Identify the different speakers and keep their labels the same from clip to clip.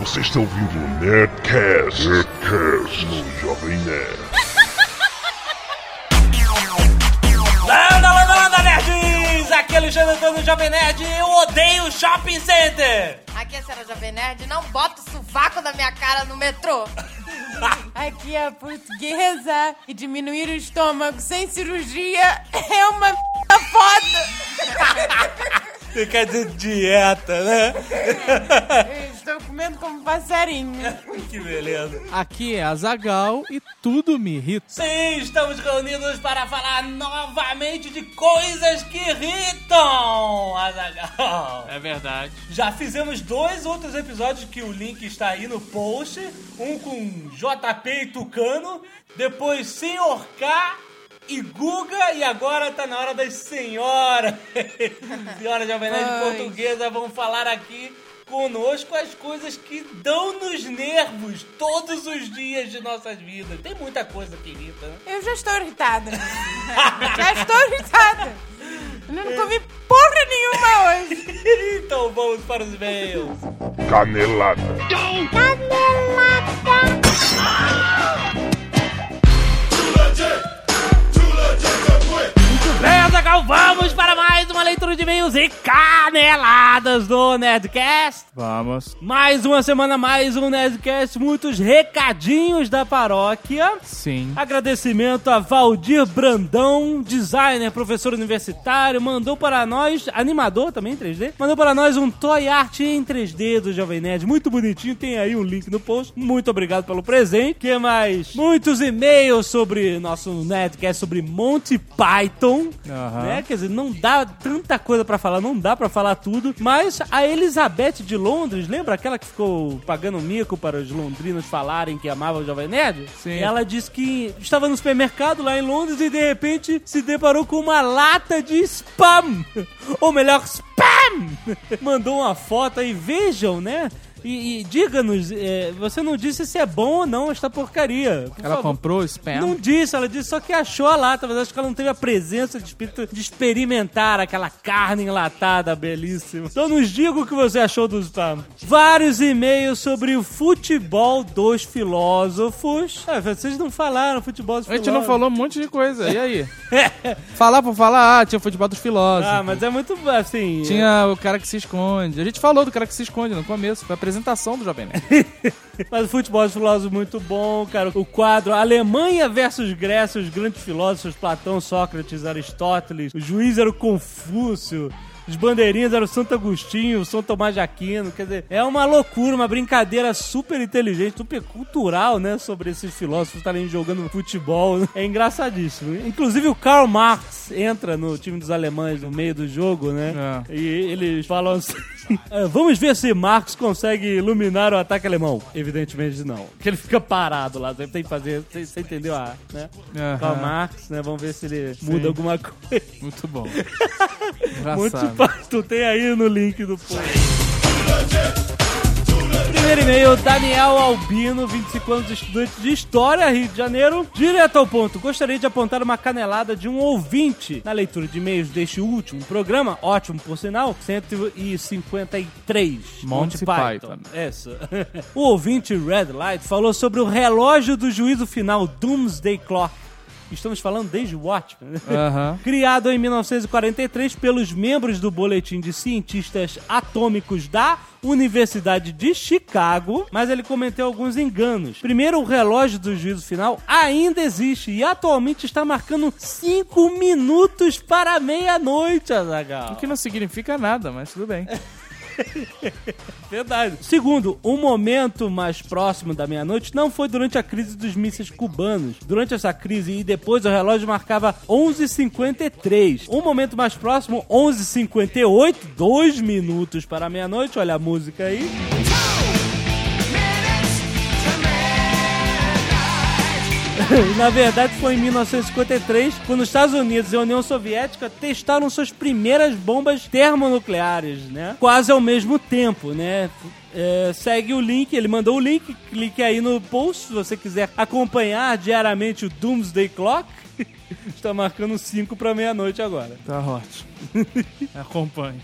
Speaker 1: Você está ouvindo o Nerdcast, Nerdcast no Jovem Nerd.
Speaker 2: Landa, landa, landa, nerds! Aqui é Alexandre Antônio do Jovem Nerd e eu odeio shopping center!
Speaker 3: Aqui é a senhora Jovem Nerd, não bota o sovaco da minha cara no metrô. Aqui é portuguesa e diminuir o estômago sem cirurgia é uma foda.
Speaker 2: Fica de dieta, né?
Speaker 3: Eu estou comendo como passarinho.
Speaker 2: Que beleza!
Speaker 4: Aqui é a Zagal e tudo me irrita.
Speaker 2: Sim, estamos reunidos para falar novamente de coisas que irritam, Azaghal!
Speaker 4: É verdade.
Speaker 2: Já fizemos dois outros episódios que o link está aí no post. Um com JP e Tucano, depois Senhor K e Guga, e agora tá na hora das senhoras. Senhora Jovem Nerd
Speaker 3: Ai.
Speaker 2: Portuguesa vão falar aqui conosco as coisas que dão nos nervos todos os dias de nossas vidas. Tem muita coisa que irrita, né?
Speaker 3: Eu já estou irritada. já estou irritada. Eu não comi porra nenhuma hoje.
Speaker 2: Então vamos para os e-mails.
Speaker 1: Canelada.
Speaker 2: Bem, Azaghal, vamos para mais uma leitura de e-mails e caneladas do Nerdcast.
Speaker 4: Vamos.
Speaker 2: Mais uma semana, mais um Nerdcast, muitos recadinhos da paróquia.
Speaker 4: Sim.
Speaker 2: Agradecimento a Valdir Brandão, designer, professor universitário, mandou para nós, animador também em 3D, mandou para nós um toy art em 3D do Jovem Nerd, muito bonitinho, tem aí um link no post. Muito obrigado pelo presente. Que mais? Muitos e-mails sobre nosso Nerdcast sobre Monty Python,
Speaker 4: Aham.
Speaker 2: né? Quer dizer, não dá tanta coisa pra falar, não dá pra falar tudo, mas a Elizabeth de Londres, lembra aquela que ficou pagando mico para os londrinos falarem que amava o Jovem Nerd?
Speaker 4: Sim.
Speaker 2: Ela disse que estava no supermercado lá em Londres e de repente se deparou com uma lata de spam. Ou melhor, spam! Mandou uma foto aí, vejam, né? E, e diga-nos, é, você não disse se é bom ou não esta porcaria. Por
Speaker 4: Ela
Speaker 2: favor.
Speaker 4: comprou o spam?
Speaker 2: Não disse, ela disse só que achou a lata, mas acho que ela não teve a presença de espírito de experimentar aquela carne enlatada belíssima. Então nos diga o que você achou do spam. Vários e-mails sobre o futebol dos filósofos. Ah, vocês não falaram futebol dos
Speaker 4: A gente
Speaker 2: filósofos.
Speaker 4: não falou um monte de coisa. E aí? falar por falar, ah, tinha o futebol dos filósofos.
Speaker 2: Ah, mas é muito assim.
Speaker 4: Tinha o cara que se esconde. A gente falou do cara que se esconde no começo. Foi a apresentação do Jovem Nerd.
Speaker 2: Mas o futebol dos filósofos muito bom, cara. O quadro Alemanha versus Grécia, os grandes filósofos, Platão, Sócrates, Aristóteles, o juiz era o Confúcio. Os bandeirinhas eram o Santo Agostinho, o São Tomás de Aquino, quer dizer, é uma loucura, uma brincadeira super inteligente, super cultural, né, sobre esses filósofos estarem jogando futebol. É engraçadíssimo. Inclusive o Karl Marx entra no time dos alemães no meio do jogo, né?
Speaker 4: É.
Speaker 2: E eles falam assim: "Ah, Vamos ver se Marx consegue iluminar o ataque alemão. Evidentemente não. Porque ele fica parado lá, você tem que fazer. Você você entendeu a. Né?
Speaker 4: Aham.
Speaker 2: Karl Marx, né? Vamos ver se ele muda alguma coisa.
Speaker 4: Muito bom.
Speaker 2: Muito
Speaker 4: Engraçado.
Speaker 2: pato, tem aí no link do post. Primeiro e-mail, Daniel Albino, 25 anos, estudante de História, Rio de Janeiro. Direto ao ponto, gostaria de apontar uma canelada de um ouvinte na leitura de e-mails deste último programa, ótimo por sinal, 153.
Speaker 4: Monty Python.
Speaker 2: Essa. O ouvinte Red Light falou sobre o relógio do juízo final, Doomsday Clock. Estamos falando desde Watchmen. né?
Speaker 4: Aham.
Speaker 2: Criado em 1943 pelos membros do Boletim de Cientistas Atômicos da Universidade de Chicago, mas ele cometeu alguns enganos. Primeiro, o relógio do juízo final ainda existe e atualmente está marcando 5 minutos para meia-noite, Azagal.
Speaker 4: O que não significa nada, mas tudo bem.
Speaker 2: Verdade. Segundo, o momento mais próximo da meia-noite não foi durante a crise dos mísseis cubanos. Durante essa crise e depois o relógio marcava 11h53. O Um momento mais próximo, 11h58, dois minutos para a meia-noite. Olha a música aí. Na verdade, foi em 1953, quando os Estados Unidos e a União Soviética testaram suas primeiras bombas termonucleares, né? Quase ao mesmo tempo, né? É, segue o link, ele mandou o link, clique aí no post se você quiser acompanhar diariamente o Doomsday Clock. Está marcando 5 para meia-noite agora.
Speaker 4: Tá ótimo. Acompanhe.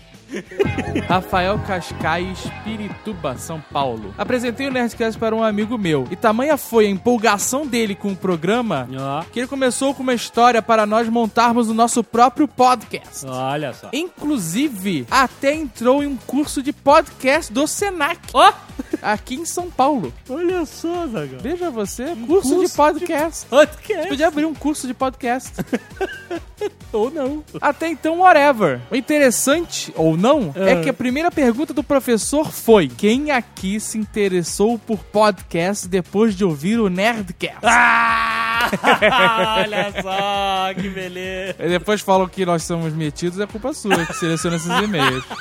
Speaker 5: Rafael Cascais, Pirituba, São Paulo. Apresentei o Nerdcast para um amigo meu. E tamanha foi a empolgação dele com o programa
Speaker 2: Ó,
Speaker 5: que ele começou com uma história para nós montarmos o nosso próprio podcast.
Speaker 2: olha só.
Speaker 5: Inclusive, até entrou em um curso de podcast do Senac,
Speaker 2: Ó,
Speaker 5: aqui em São Paulo.
Speaker 2: olha só, Zagal.
Speaker 5: Veja você, curso,
Speaker 2: curso
Speaker 5: de podcast.
Speaker 2: Podcast.
Speaker 5: Podia abrir um curso de podcast.
Speaker 2: Ou não.
Speaker 5: Até então, whatever. O interessante, ou não, é.
Speaker 2: É.
Speaker 5: que a primeira pergunta do professor foi: Quem aqui se interessou por podcast depois de ouvir o Nerdcast?
Speaker 2: olha só, que beleza.
Speaker 5: E depois falam que nós somos metidos, é culpa sua que seleciona esses e-mails.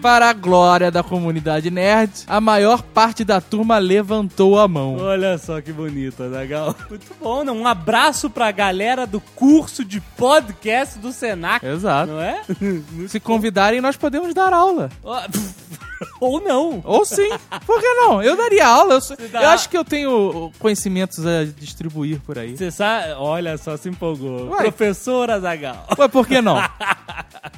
Speaker 5: Para a glória da comunidade nerd, a maior parte da turma levantou a mão.
Speaker 2: Olha só que bonita, Zagal. Muito bom, né? Um abraço pra galera do curso de podcast do Senac.
Speaker 5: Exato.
Speaker 2: Não é?
Speaker 5: Se convidarem, nós podemos dar aula.
Speaker 2: Ó, Ou não.
Speaker 5: Ou sim. Por que não? Eu daria aula. Eu, sou-
Speaker 2: dá-
Speaker 5: eu acho que eu tenho conhecimentos a distribuir por aí.
Speaker 2: Você sabe, olha só, se empolgou.
Speaker 5: Ué.
Speaker 2: Professora Zagal.
Speaker 5: Ué, por que não?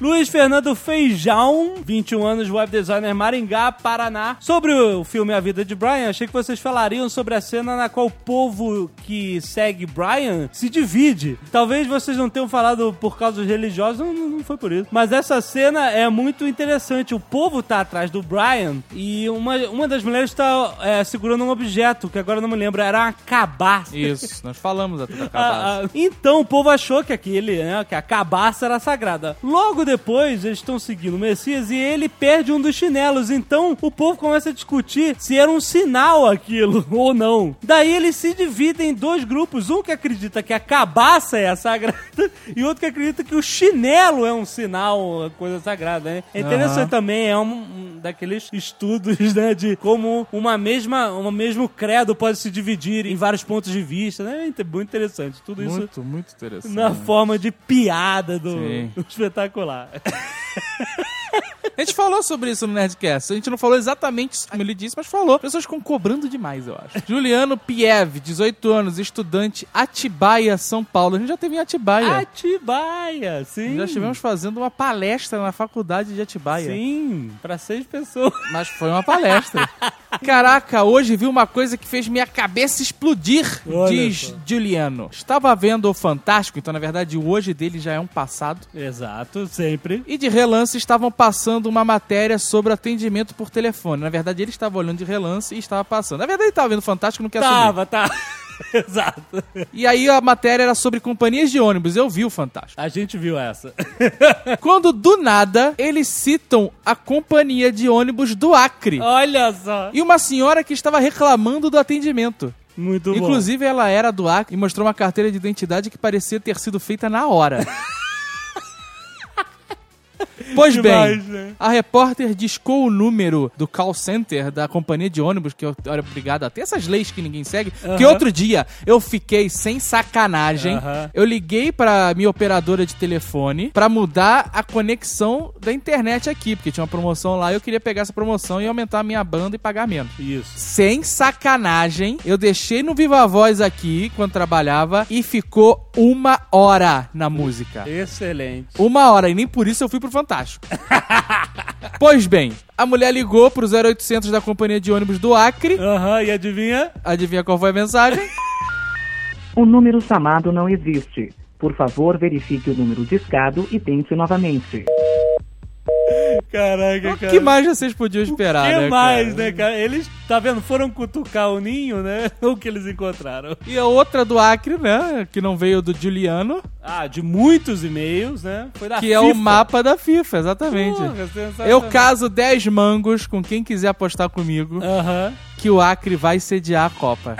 Speaker 2: Luiz Fernando Feijão, 21 anos, web designer Maringá, Paraná. Sobre o filme A Vida de Brian, achei que vocês falariam sobre a cena na qual o povo que segue Brian se divide. Talvez vocês não tenham falado por causa dos religiosos, não, não foi por isso. Mas essa cena é muito interessante. O povo tá atrás do Brian e uma, uma das mulheres tá é, segurando um objeto, que agora eu não me lembro, era uma cabaça.
Speaker 5: Isso, nós falamos a toda
Speaker 2: Ah,
Speaker 5: acabada.
Speaker 2: ah, então o povo achou que aquele, né, que a cabaça era sagrada. Logo depois, eles estão seguindo o Messias e ele perde um dos chinelos. Então o povo começa a discutir se era um sinal aquilo ou não. Daí eles se dividem em dois grupos: um que acredita que a cabaça é a sagrada e outro que acredita que o chinelo é um sinal, uma coisa sagrada, né? É interessante
Speaker 5: Aham.
Speaker 2: também, é um, um daqueles estudos, né, de como uma mesma, um mesmo credo pode se dividir em vários pontos de vista, né? É inte- Muito interessante. Tudo isso
Speaker 5: Muito, muito interessante.
Speaker 2: na forma de piada do,
Speaker 5: Sim.
Speaker 2: do espetacular.
Speaker 5: A gente falou sobre isso no Nerdcast. A gente não falou exatamente isso como ele disse, mas falou. As pessoas ficam cobrando demais, eu acho. Juliano Pieve, 18 anos, estudante Atibaia, São Paulo. A gente já teve em Atibaia.
Speaker 2: Atibaia, sim.
Speaker 5: Já estivemos fazendo uma palestra na faculdade de Atibaia.
Speaker 2: Sim, pra seis pessoas.
Speaker 5: Mas foi uma palestra. Caraca, hoje vi uma coisa que fez minha cabeça explodir,
Speaker 2: Olha
Speaker 5: diz
Speaker 2: só.
Speaker 5: Juliano. Estava vendo o Fantástico, então na verdade o hoje dele já é um passado.
Speaker 2: Exato, sempre.
Speaker 5: E de relance estavam passando uma matéria sobre atendimento por telefone. Na verdade, ele estava olhando de relance e estava passando. Na verdade, ele estava vendo Fantástico, não quer assumir.
Speaker 2: Tava, tava. Exato.
Speaker 5: E aí a matéria era sobre companhias de ônibus. Eu vi o Fantástico.
Speaker 2: A gente viu essa.
Speaker 5: Quando do nada eles citam a companhia de ônibus do Acre
Speaker 2: Olha só.
Speaker 5: e uma senhora que estava reclamando do atendimento.
Speaker 2: Muito bom.
Speaker 5: Inclusive, ela era do Acre e mostrou uma carteira de identidade que parecia ter sido feita na hora. Pois
Speaker 2: Demais,
Speaker 5: bem,
Speaker 2: né?
Speaker 5: a repórter discou o número do call center da companhia de ônibus, que eu era obrigado a ter essas leis que ninguém segue. Que outro dia eu fiquei sem sacanagem.
Speaker 2: Aham.
Speaker 5: Eu liguei pra minha operadora de telefone pra mudar a conexão da internet aqui, porque tinha uma promoção lá e eu queria pegar essa promoção e aumentar a minha banda e pagar menos.
Speaker 2: Isso.
Speaker 5: Sem sacanagem, eu deixei no Viva Voz aqui quando trabalhava e ficou uma hora na música.
Speaker 2: Excelente.
Speaker 5: Uma hora, e nem por isso eu fui pro Fantástico. pois bem, a mulher ligou pro 0800 da companhia de ônibus do Acre.
Speaker 2: Aham, e adivinha?
Speaker 5: Adivinha qual foi a mensagem?
Speaker 6: O número chamado não existe. Por favor, verifique o número discado e tente novamente.
Speaker 2: Caraca,
Speaker 5: o
Speaker 2: cara.
Speaker 5: Ah, que mais vocês podiam esperar,
Speaker 2: que
Speaker 5: né?
Speaker 2: mais,
Speaker 5: cara?
Speaker 2: né, cara? Eles, tá vendo, foram cutucar o ninho, né? O que eles encontraram.
Speaker 5: E a outra do Acre, né? Que não veio do Juliano,
Speaker 2: Ah, de muitos e-mails, né? Foi da
Speaker 5: que é o mapa da FIFA, exatamente. eu caso 10 mangos com quem quiser apostar comigo.
Speaker 2: Aham.
Speaker 5: que o Acre vai sediar a Copa.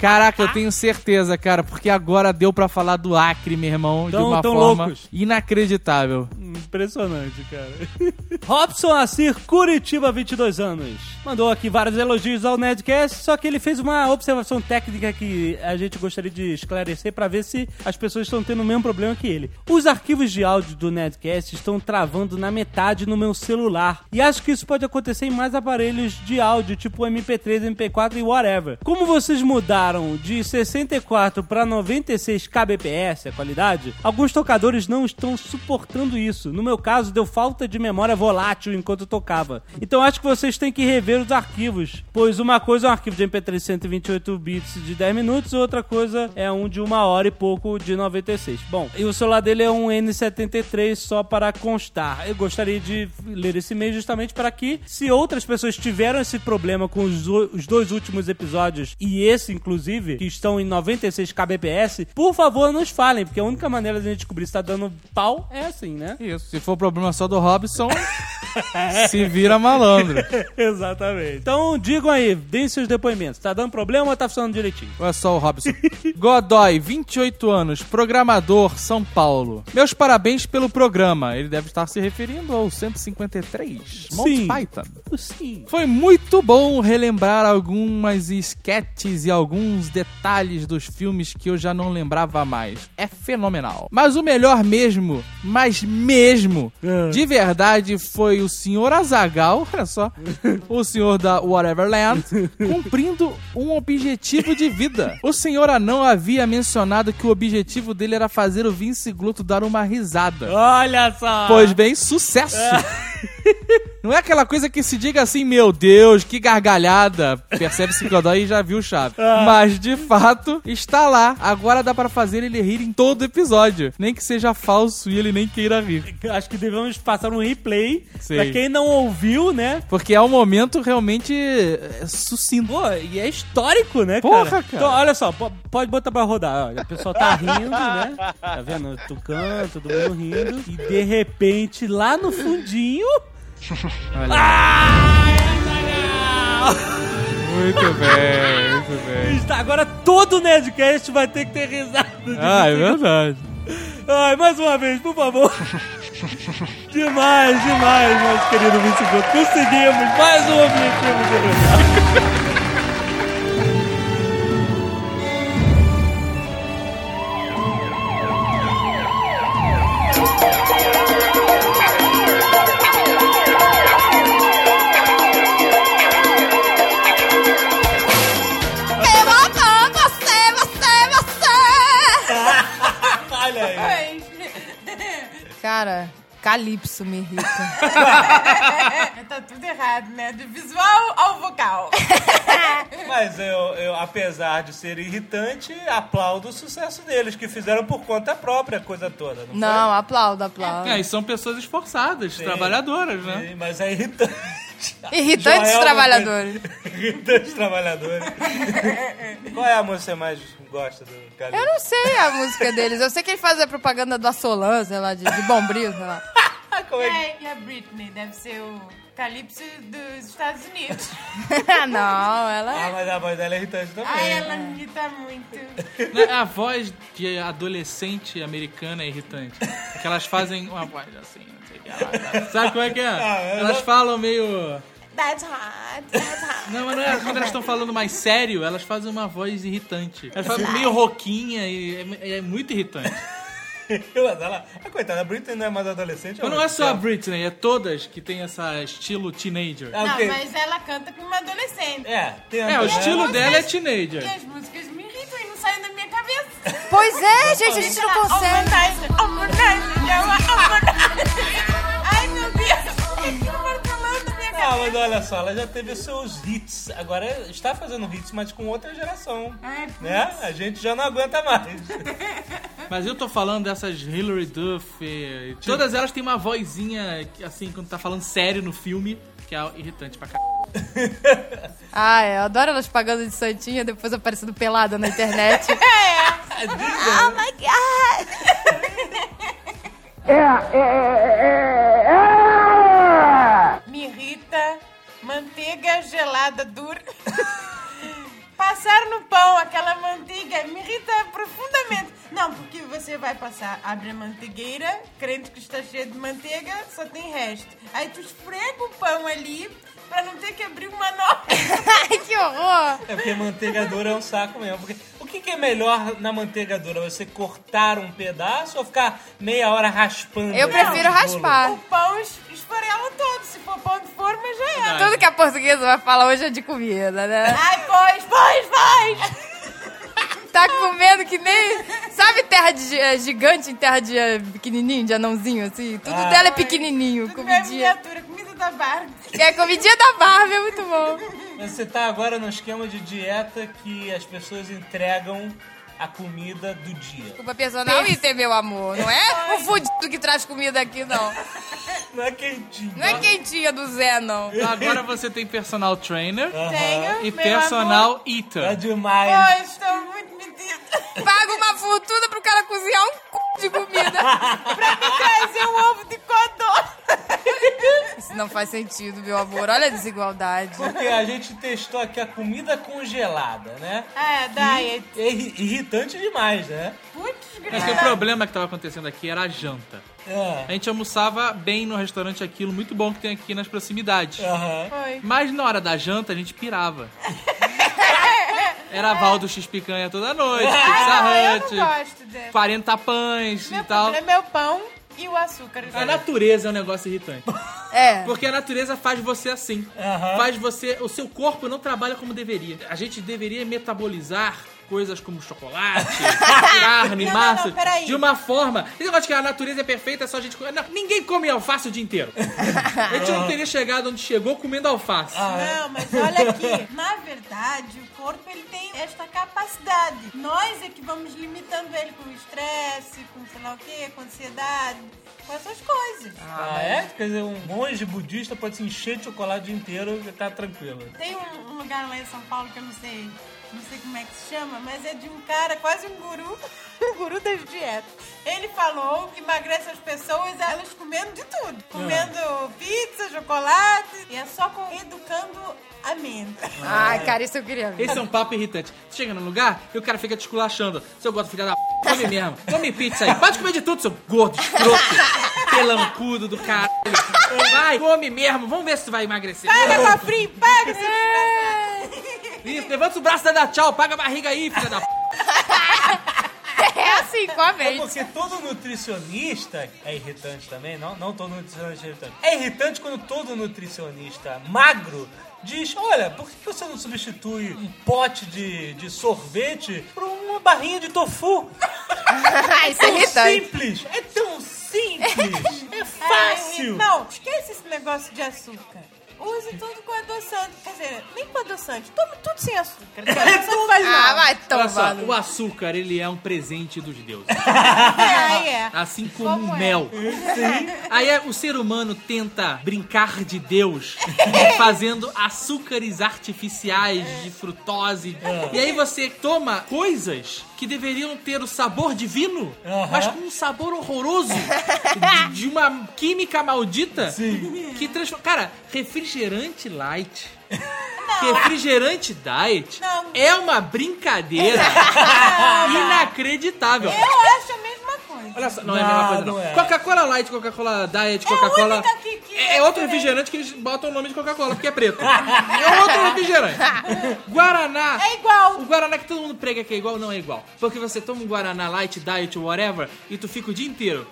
Speaker 5: Caraca, eu tenho certeza, cara, porque agora deu pra falar do Acre, meu irmão, de
Speaker 2: Tão-
Speaker 5: uma
Speaker 2: tão
Speaker 5: forma
Speaker 2: loucos.
Speaker 5: inacreditável.
Speaker 2: Impressionante, cara. Robson Assir, Curitiba, 22 anos. Mandou aqui vários elogios ao Nerdcast, só que ele fez uma observação técnica que a gente gostaria de esclarecer pra ver se as pessoas estão tendo o mesmo problema que ele. Os arquivos de áudio do Nerdcast estão travando na metade no meu celular. E acho que isso pode acontecer em mais aparelhos de áudio, tipo MP3, MP4 e whatever. Como vocês mudaram de 64 para 96 kbps a qualidade, alguns tocadores não estão suportando isso. No meu caso, deu falta de memória volátil enquanto tocava. Então acho que vocês têm que rever os arquivos, pois uma coisa é um arquivo de MP3 128 bits de 10 minutos, outra coisa é um de uma hora e pouco de 96. Bom, e o celular dele é um N73 só para constar. Eu gostaria de ler esse e-mail justamente para que, se outras pessoas tiveram esse problema com os, o- os dois últimos episódios e esse, inclusive, que estão em 96 kbps, por favor, nos falem, porque a única maneira de a gente descobrir se tá dando pau é assim, né?
Speaker 5: Isso. Se for problema só do Robson, se vira malandro.
Speaker 2: Exatamente. Então digam aí, deem seus depoimentos. Tá dando problema ou tá funcionando direitinho?
Speaker 5: Ou é só o Robson? Godoy, 28 anos, programador, São Paulo. Meus parabéns pelo programa. Ele deve estar se referindo ao 153. Monty
Speaker 2: Sim.
Speaker 5: Python.
Speaker 2: Sim.
Speaker 5: Foi muito bom relembrar algumas esquetes e alguns detalhes dos filmes que eu já não lembrava mais. É fenomenal. Mas o melhor mesmo, mas mesmo,
Speaker 2: É.
Speaker 5: de verdade, foi o senhor Azagal, olha só, o senhor da Whateverland, cumprindo um objetivo de vida. O senhor Anão havia mencionado que o objetivo dele era fazer o Vince Gluto dar uma risada.
Speaker 2: Olha só!
Speaker 5: Pois bem, sucesso! Não é aquela coisa que se diga assim, meu Deus, que gargalhada. Percebe-se que o Godoy já viu o chave. Mas, de fato, está lá. Agora dá pra fazer ele rir em todo episódio. Nem que seja falso e ele nem queira rir.
Speaker 2: Acho que devemos passar um replay
Speaker 5: Sim.
Speaker 2: pra quem não ouviu, né?
Speaker 5: Porque é um momento realmente é, sucinto.
Speaker 2: Pô, e é histórico, né,
Speaker 5: Porra,
Speaker 2: cara?
Speaker 5: cara.
Speaker 2: Então, olha só, po- pode botar pra rodar. Olha, o pessoal tá rindo, né? Tá vendo? Tucano, todo mundo rindo. E de repente, lá no fundinho.
Speaker 5: Olha,
Speaker 2: Ah,
Speaker 5: é- muito bem, muito bem.
Speaker 2: Está- Agora todo Nerdcast vai ter que ter risada. de
Speaker 5: Ah, é verdade.
Speaker 2: Ai, mais uma vez, por favor. demais, demais, nosso querido Vice Gol. Conseguimos mais um objetivo de verdade.
Speaker 3: É,
Speaker 7: Eu adoro você, você,
Speaker 2: Olha aí.
Speaker 7: você! Cara, Calypso me irrita. tá tudo errado, né? Do visual ao vocal.
Speaker 2: Mas eu, eu, apesar de ser irritante, aplaudo o sucesso deles, que fizeram por conta própria a coisa toda. Não,
Speaker 7: Não, aplauda, aplauda.
Speaker 5: É, e são pessoas esforçadas, trabalhadoras, né?
Speaker 2: foi? Mas é irritante.
Speaker 3: é
Speaker 7: Irritantes
Speaker 2: Joel,
Speaker 7: trabalhadores.
Speaker 2: irritantes trabalhadores. Qual é a música que você mais gosta do Calil?
Speaker 7: Eu não sei a música deles. Eu sei que ele faz a propaganda da Solange, sei lá, de, de Bombril, sei lá.
Speaker 2: Como é
Speaker 3: e a Britney deve ser o Calypso dos Estados Unidos.
Speaker 7: não,
Speaker 2: Ah,
Speaker 7: ela...
Speaker 2: mas a voz dela é irritante também.
Speaker 3: Ai, ela me irrita muito.
Speaker 5: Né, A voz de adolescente americana é irritante. Que elas fazem uma voz assim, não sei o que lá. Sabe como é que é? Elas falam meio.
Speaker 3: That's hot, that's hot.
Speaker 5: Não, mas não é. Quando elas estão falando mais sério, elas fazem uma voz irritante. Elas falam meio roquinha e é, é muito irritante.
Speaker 2: Mas ela... A coitada, a Britney não é mais adolescente.
Speaker 5: Mas não é só a Britney, é todas que tem essa estilo teenager.
Speaker 2: Ah,
Speaker 3: Não,
Speaker 2: ok.
Speaker 3: mas ela canta como uma adolescente.
Speaker 2: É, tem
Speaker 5: É, o estilo dela é teenager.
Speaker 3: E as músicas me irritam e não saem da minha cabeça.
Speaker 7: Pois é, gente, a gente não consegue.
Speaker 3: Oh, Montage, é uma oh, Montage. Ai, meu Deus. é Eu vou falando da minha
Speaker 2: Ah,
Speaker 3: cabeça.
Speaker 2: mas olha só, ela já teve seus hits. Agora está fazendo hits, mas com outra geração.
Speaker 3: Ai,
Speaker 2: Né? A gente já não aguenta mais.
Speaker 5: Mas eu tô falando dessas Hillary Duff. e- Todas elas têm uma vozinha, que, assim, quando tá falando sério no filme, que é irritante pra caralho.
Speaker 7: Ah, é, eu adoro elas pagando de santinha, depois aparecendo pelada na internet. oh my God!
Speaker 3: Me irrita manteiga gelada dura. Passar no pão aquela manteiga me irrita profundamente. Não, porque você vai passar, abre a manteigueira, crente que está cheio de manteiga, só tem resto. Aí tu esfrega o pão ali pra não ter que abrir uma nova.
Speaker 7: Ai, que horror!
Speaker 2: É porque manteiga dura é um saco mesmo. Porque o que, que é melhor na manteiga dura? Você cortar um pedaço ou ficar meia hora raspando?
Speaker 7: Eu prefiro
Speaker 2: o bolo?
Speaker 7: raspar.
Speaker 3: O pão es- esfarela todo. Se for pão de forma, já é. era.
Speaker 7: Tudo que a portuguesa vai falar hoje é de comida, né?
Speaker 3: Ai, pois, pois, pois!
Speaker 7: Tá comendo que nem. Sabe terra de gi- eh, gigante em terra de eh, pequenininho, de anãozinho, assim? Tudo dela é pequenininho,
Speaker 3: Tudo bem,
Speaker 7: comidinha.
Speaker 3: miniatura, comida da Barbie.
Speaker 7: Que é comidinha da Barbie, é muito bom.
Speaker 2: Mas Você tá agora no esquema de dieta que as pessoas entregam a comida do dia.
Speaker 7: Desculpa personal item, meu amor. Não é o fudido que traz comida aqui, não.
Speaker 2: Não é quentinho.
Speaker 7: Não é quentinha do Zé, não.
Speaker 5: Então Agora você tem personal trainer
Speaker 3: Tenho,
Speaker 5: e
Speaker 3: meu
Speaker 5: personal
Speaker 3: amor.
Speaker 2: Tá
Speaker 5: eater.
Speaker 2: demais.
Speaker 3: Pois, estou muito metida.
Speaker 7: Paga uma fortuna pro cara cozinhar um c... de comida.
Speaker 3: pra me trazer um ovo de codorna.
Speaker 7: Isso não faz sentido, meu amor. Olha a desigualdade.
Speaker 2: Porque a gente testou aqui a comida congelada, né?
Speaker 3: É, diet.
Speaker 2: É irri- irritante demais, né?
Speaker 3: Putz,
Speaker 5: Mas que o
Speaker 3: grana.
Speaker 5: problema que tava acontecendo aqui era a janta.
Speaker 2: É.
Speaker 5: A gente almoçava bem no restaurante aquilo, muito bom que tem aqui nas proximidades.
Speaker 2: Aham.
Speaker 3: Foi.
Speaker 5: Mas na hora da janta a gente pirava. Era Valdo X Picanha toda noite,
Speaker 3: Ah, eu não
Speaker 5: Pizza Hut,
Speaker 3: gosto desse.
Speaker 5: 40 pães
Speaker 3: Meu
Speaker 5: e tal.
Speaker 3: problema é o pão e o açúcar.
Speaker 5: A natureza é um negócio irritante.
Speaker 7: É.
Speaker 5: Porque a natureza faz você assim. Faz você. O seu corpo não trabalha como deveria. A gente deveria metabolizar coisas como chocolate, carne,
Speaker 3: Não, não,
Speaker 5: massa.
Speaker 3: não, peraí.
Speaker 5: de uma forma. Esse negócio de que a natureza é perfeita, é só a gente. comer- Não, ninguém come alface o dia inteiro. A gente não teria chegado onde chegou comendo alface.
Speaker 3: Não, mas olha aqui. Na verdade, o corpo ele tem esta capacidade. Nós é que vamos limitando ele com estresse, com sei lá o quê, com ansiedade, com essas coisas.
Speaker 2: Ah, é? Quer dizer, um monge budista pode se encher de chocolate o dia inteiro e tá tranquilo.
Speaker 3: Tem um, um lugar lá em São Paulo que eu não sei, não sei como é que se chama, mas é de um cara, quase um guru, um guru das dietas. Ele falou que emagrece as pessoas, elas comendo de tudo. Comendo pizza, chocolate, e é só com educando a mente.
Speaker 7: Ai, cara, isso eu queria ver.
Speaker 5: Esse é um papo irritante. Tu chega num lugar e o cara fica te esculachando. Seu gordo, filha da p, come mesmo. Come pizza aí. Pode comer de tudo, seu gordo, escroto, pelancudo do caralho. Vai, come mesmo. Vamos ver se tu vai emagrecer.
Speaker 3: Paga é pra frio, paga esse assim, desgraçado.
Speaker 5: Isso, levanta o braço e dá tchau. Paga a barriga aí, filha da p.
Speaker 7: É assim, com a
Speaker 2: É
Speaker 7: mente.
Speaker 2: porque todo nutricionista é irritante também, não? Não todo nutricionista é irritante. É irritante quando todo nutricionista magro diz: Olha, por que você não substitui um pote de, de sorvete por uma barrinha de tofu?
Speaker 7: Ai, isso é
Speaker 2: Tão
Speaker 7: irritante.
Speaker 2: simples! É tão simples! É
Speaker 3: Ai,
Speaker 2: fácil!
Speaker 3: Não, esquece esse negócio de açúcar. Use tudo com adoçante. Quer dizer, nem com adoçante. Tome tudo sem açúcar. porque
Speaker 2: É
Speaker 3: adoçante
Speaker 7: Ah,
Speaker 3: faz mal.
Speaker 7: vai
Speaker 5: Olha só,
Speaker 7: tomar.
Speaker 5: o açúcar, ele é um presente dos deuses.
Speaker 3: É, aí é.
Speaker 5: Assim como
Speaker 3: Como
Speaker 5: o
Speaker 3: é?
Speaker 5: mel. Aí é, o ser humano tenta brincar de Deus fazendo açúcares artificiais de frutose. E aí você toma coisas que deveriam ter o sabor divino, mas com um sabor horroroso de, de uma química maldita que transforma. Cara, refrigerante light. Refrigerante diet
Speaker 3: Não.
Speaker 5: é uma brincadeira inacreditável.
Speaker 3: Eu acho a mesma coisa.
Speaker 5: Olha só, não, é a mesma coisa,
Speaker 2: Não,
Speaker 5: não.
Speaker 2: não é.
Speaker 5: Coca-Cola Light, Coca-Cola Diet, Coca-Cola.
Speaker 3: É única que- que
Speaker 5: É,
Speaker 3: é
Speaker 5: outro
Speaker 3: diferente.
Speaker 5: refrigerante que eles botam o nome de Coca-Cola, porque é preto. é outro refrigerante. Guaraná.
Speaker 3: É igual.
Speaker 5: O Guaraná que todo mundo prega que é igual, não é igual. Porque você toma um Guaraná Light, Diet, whatever, e tu fica o dia inteiro.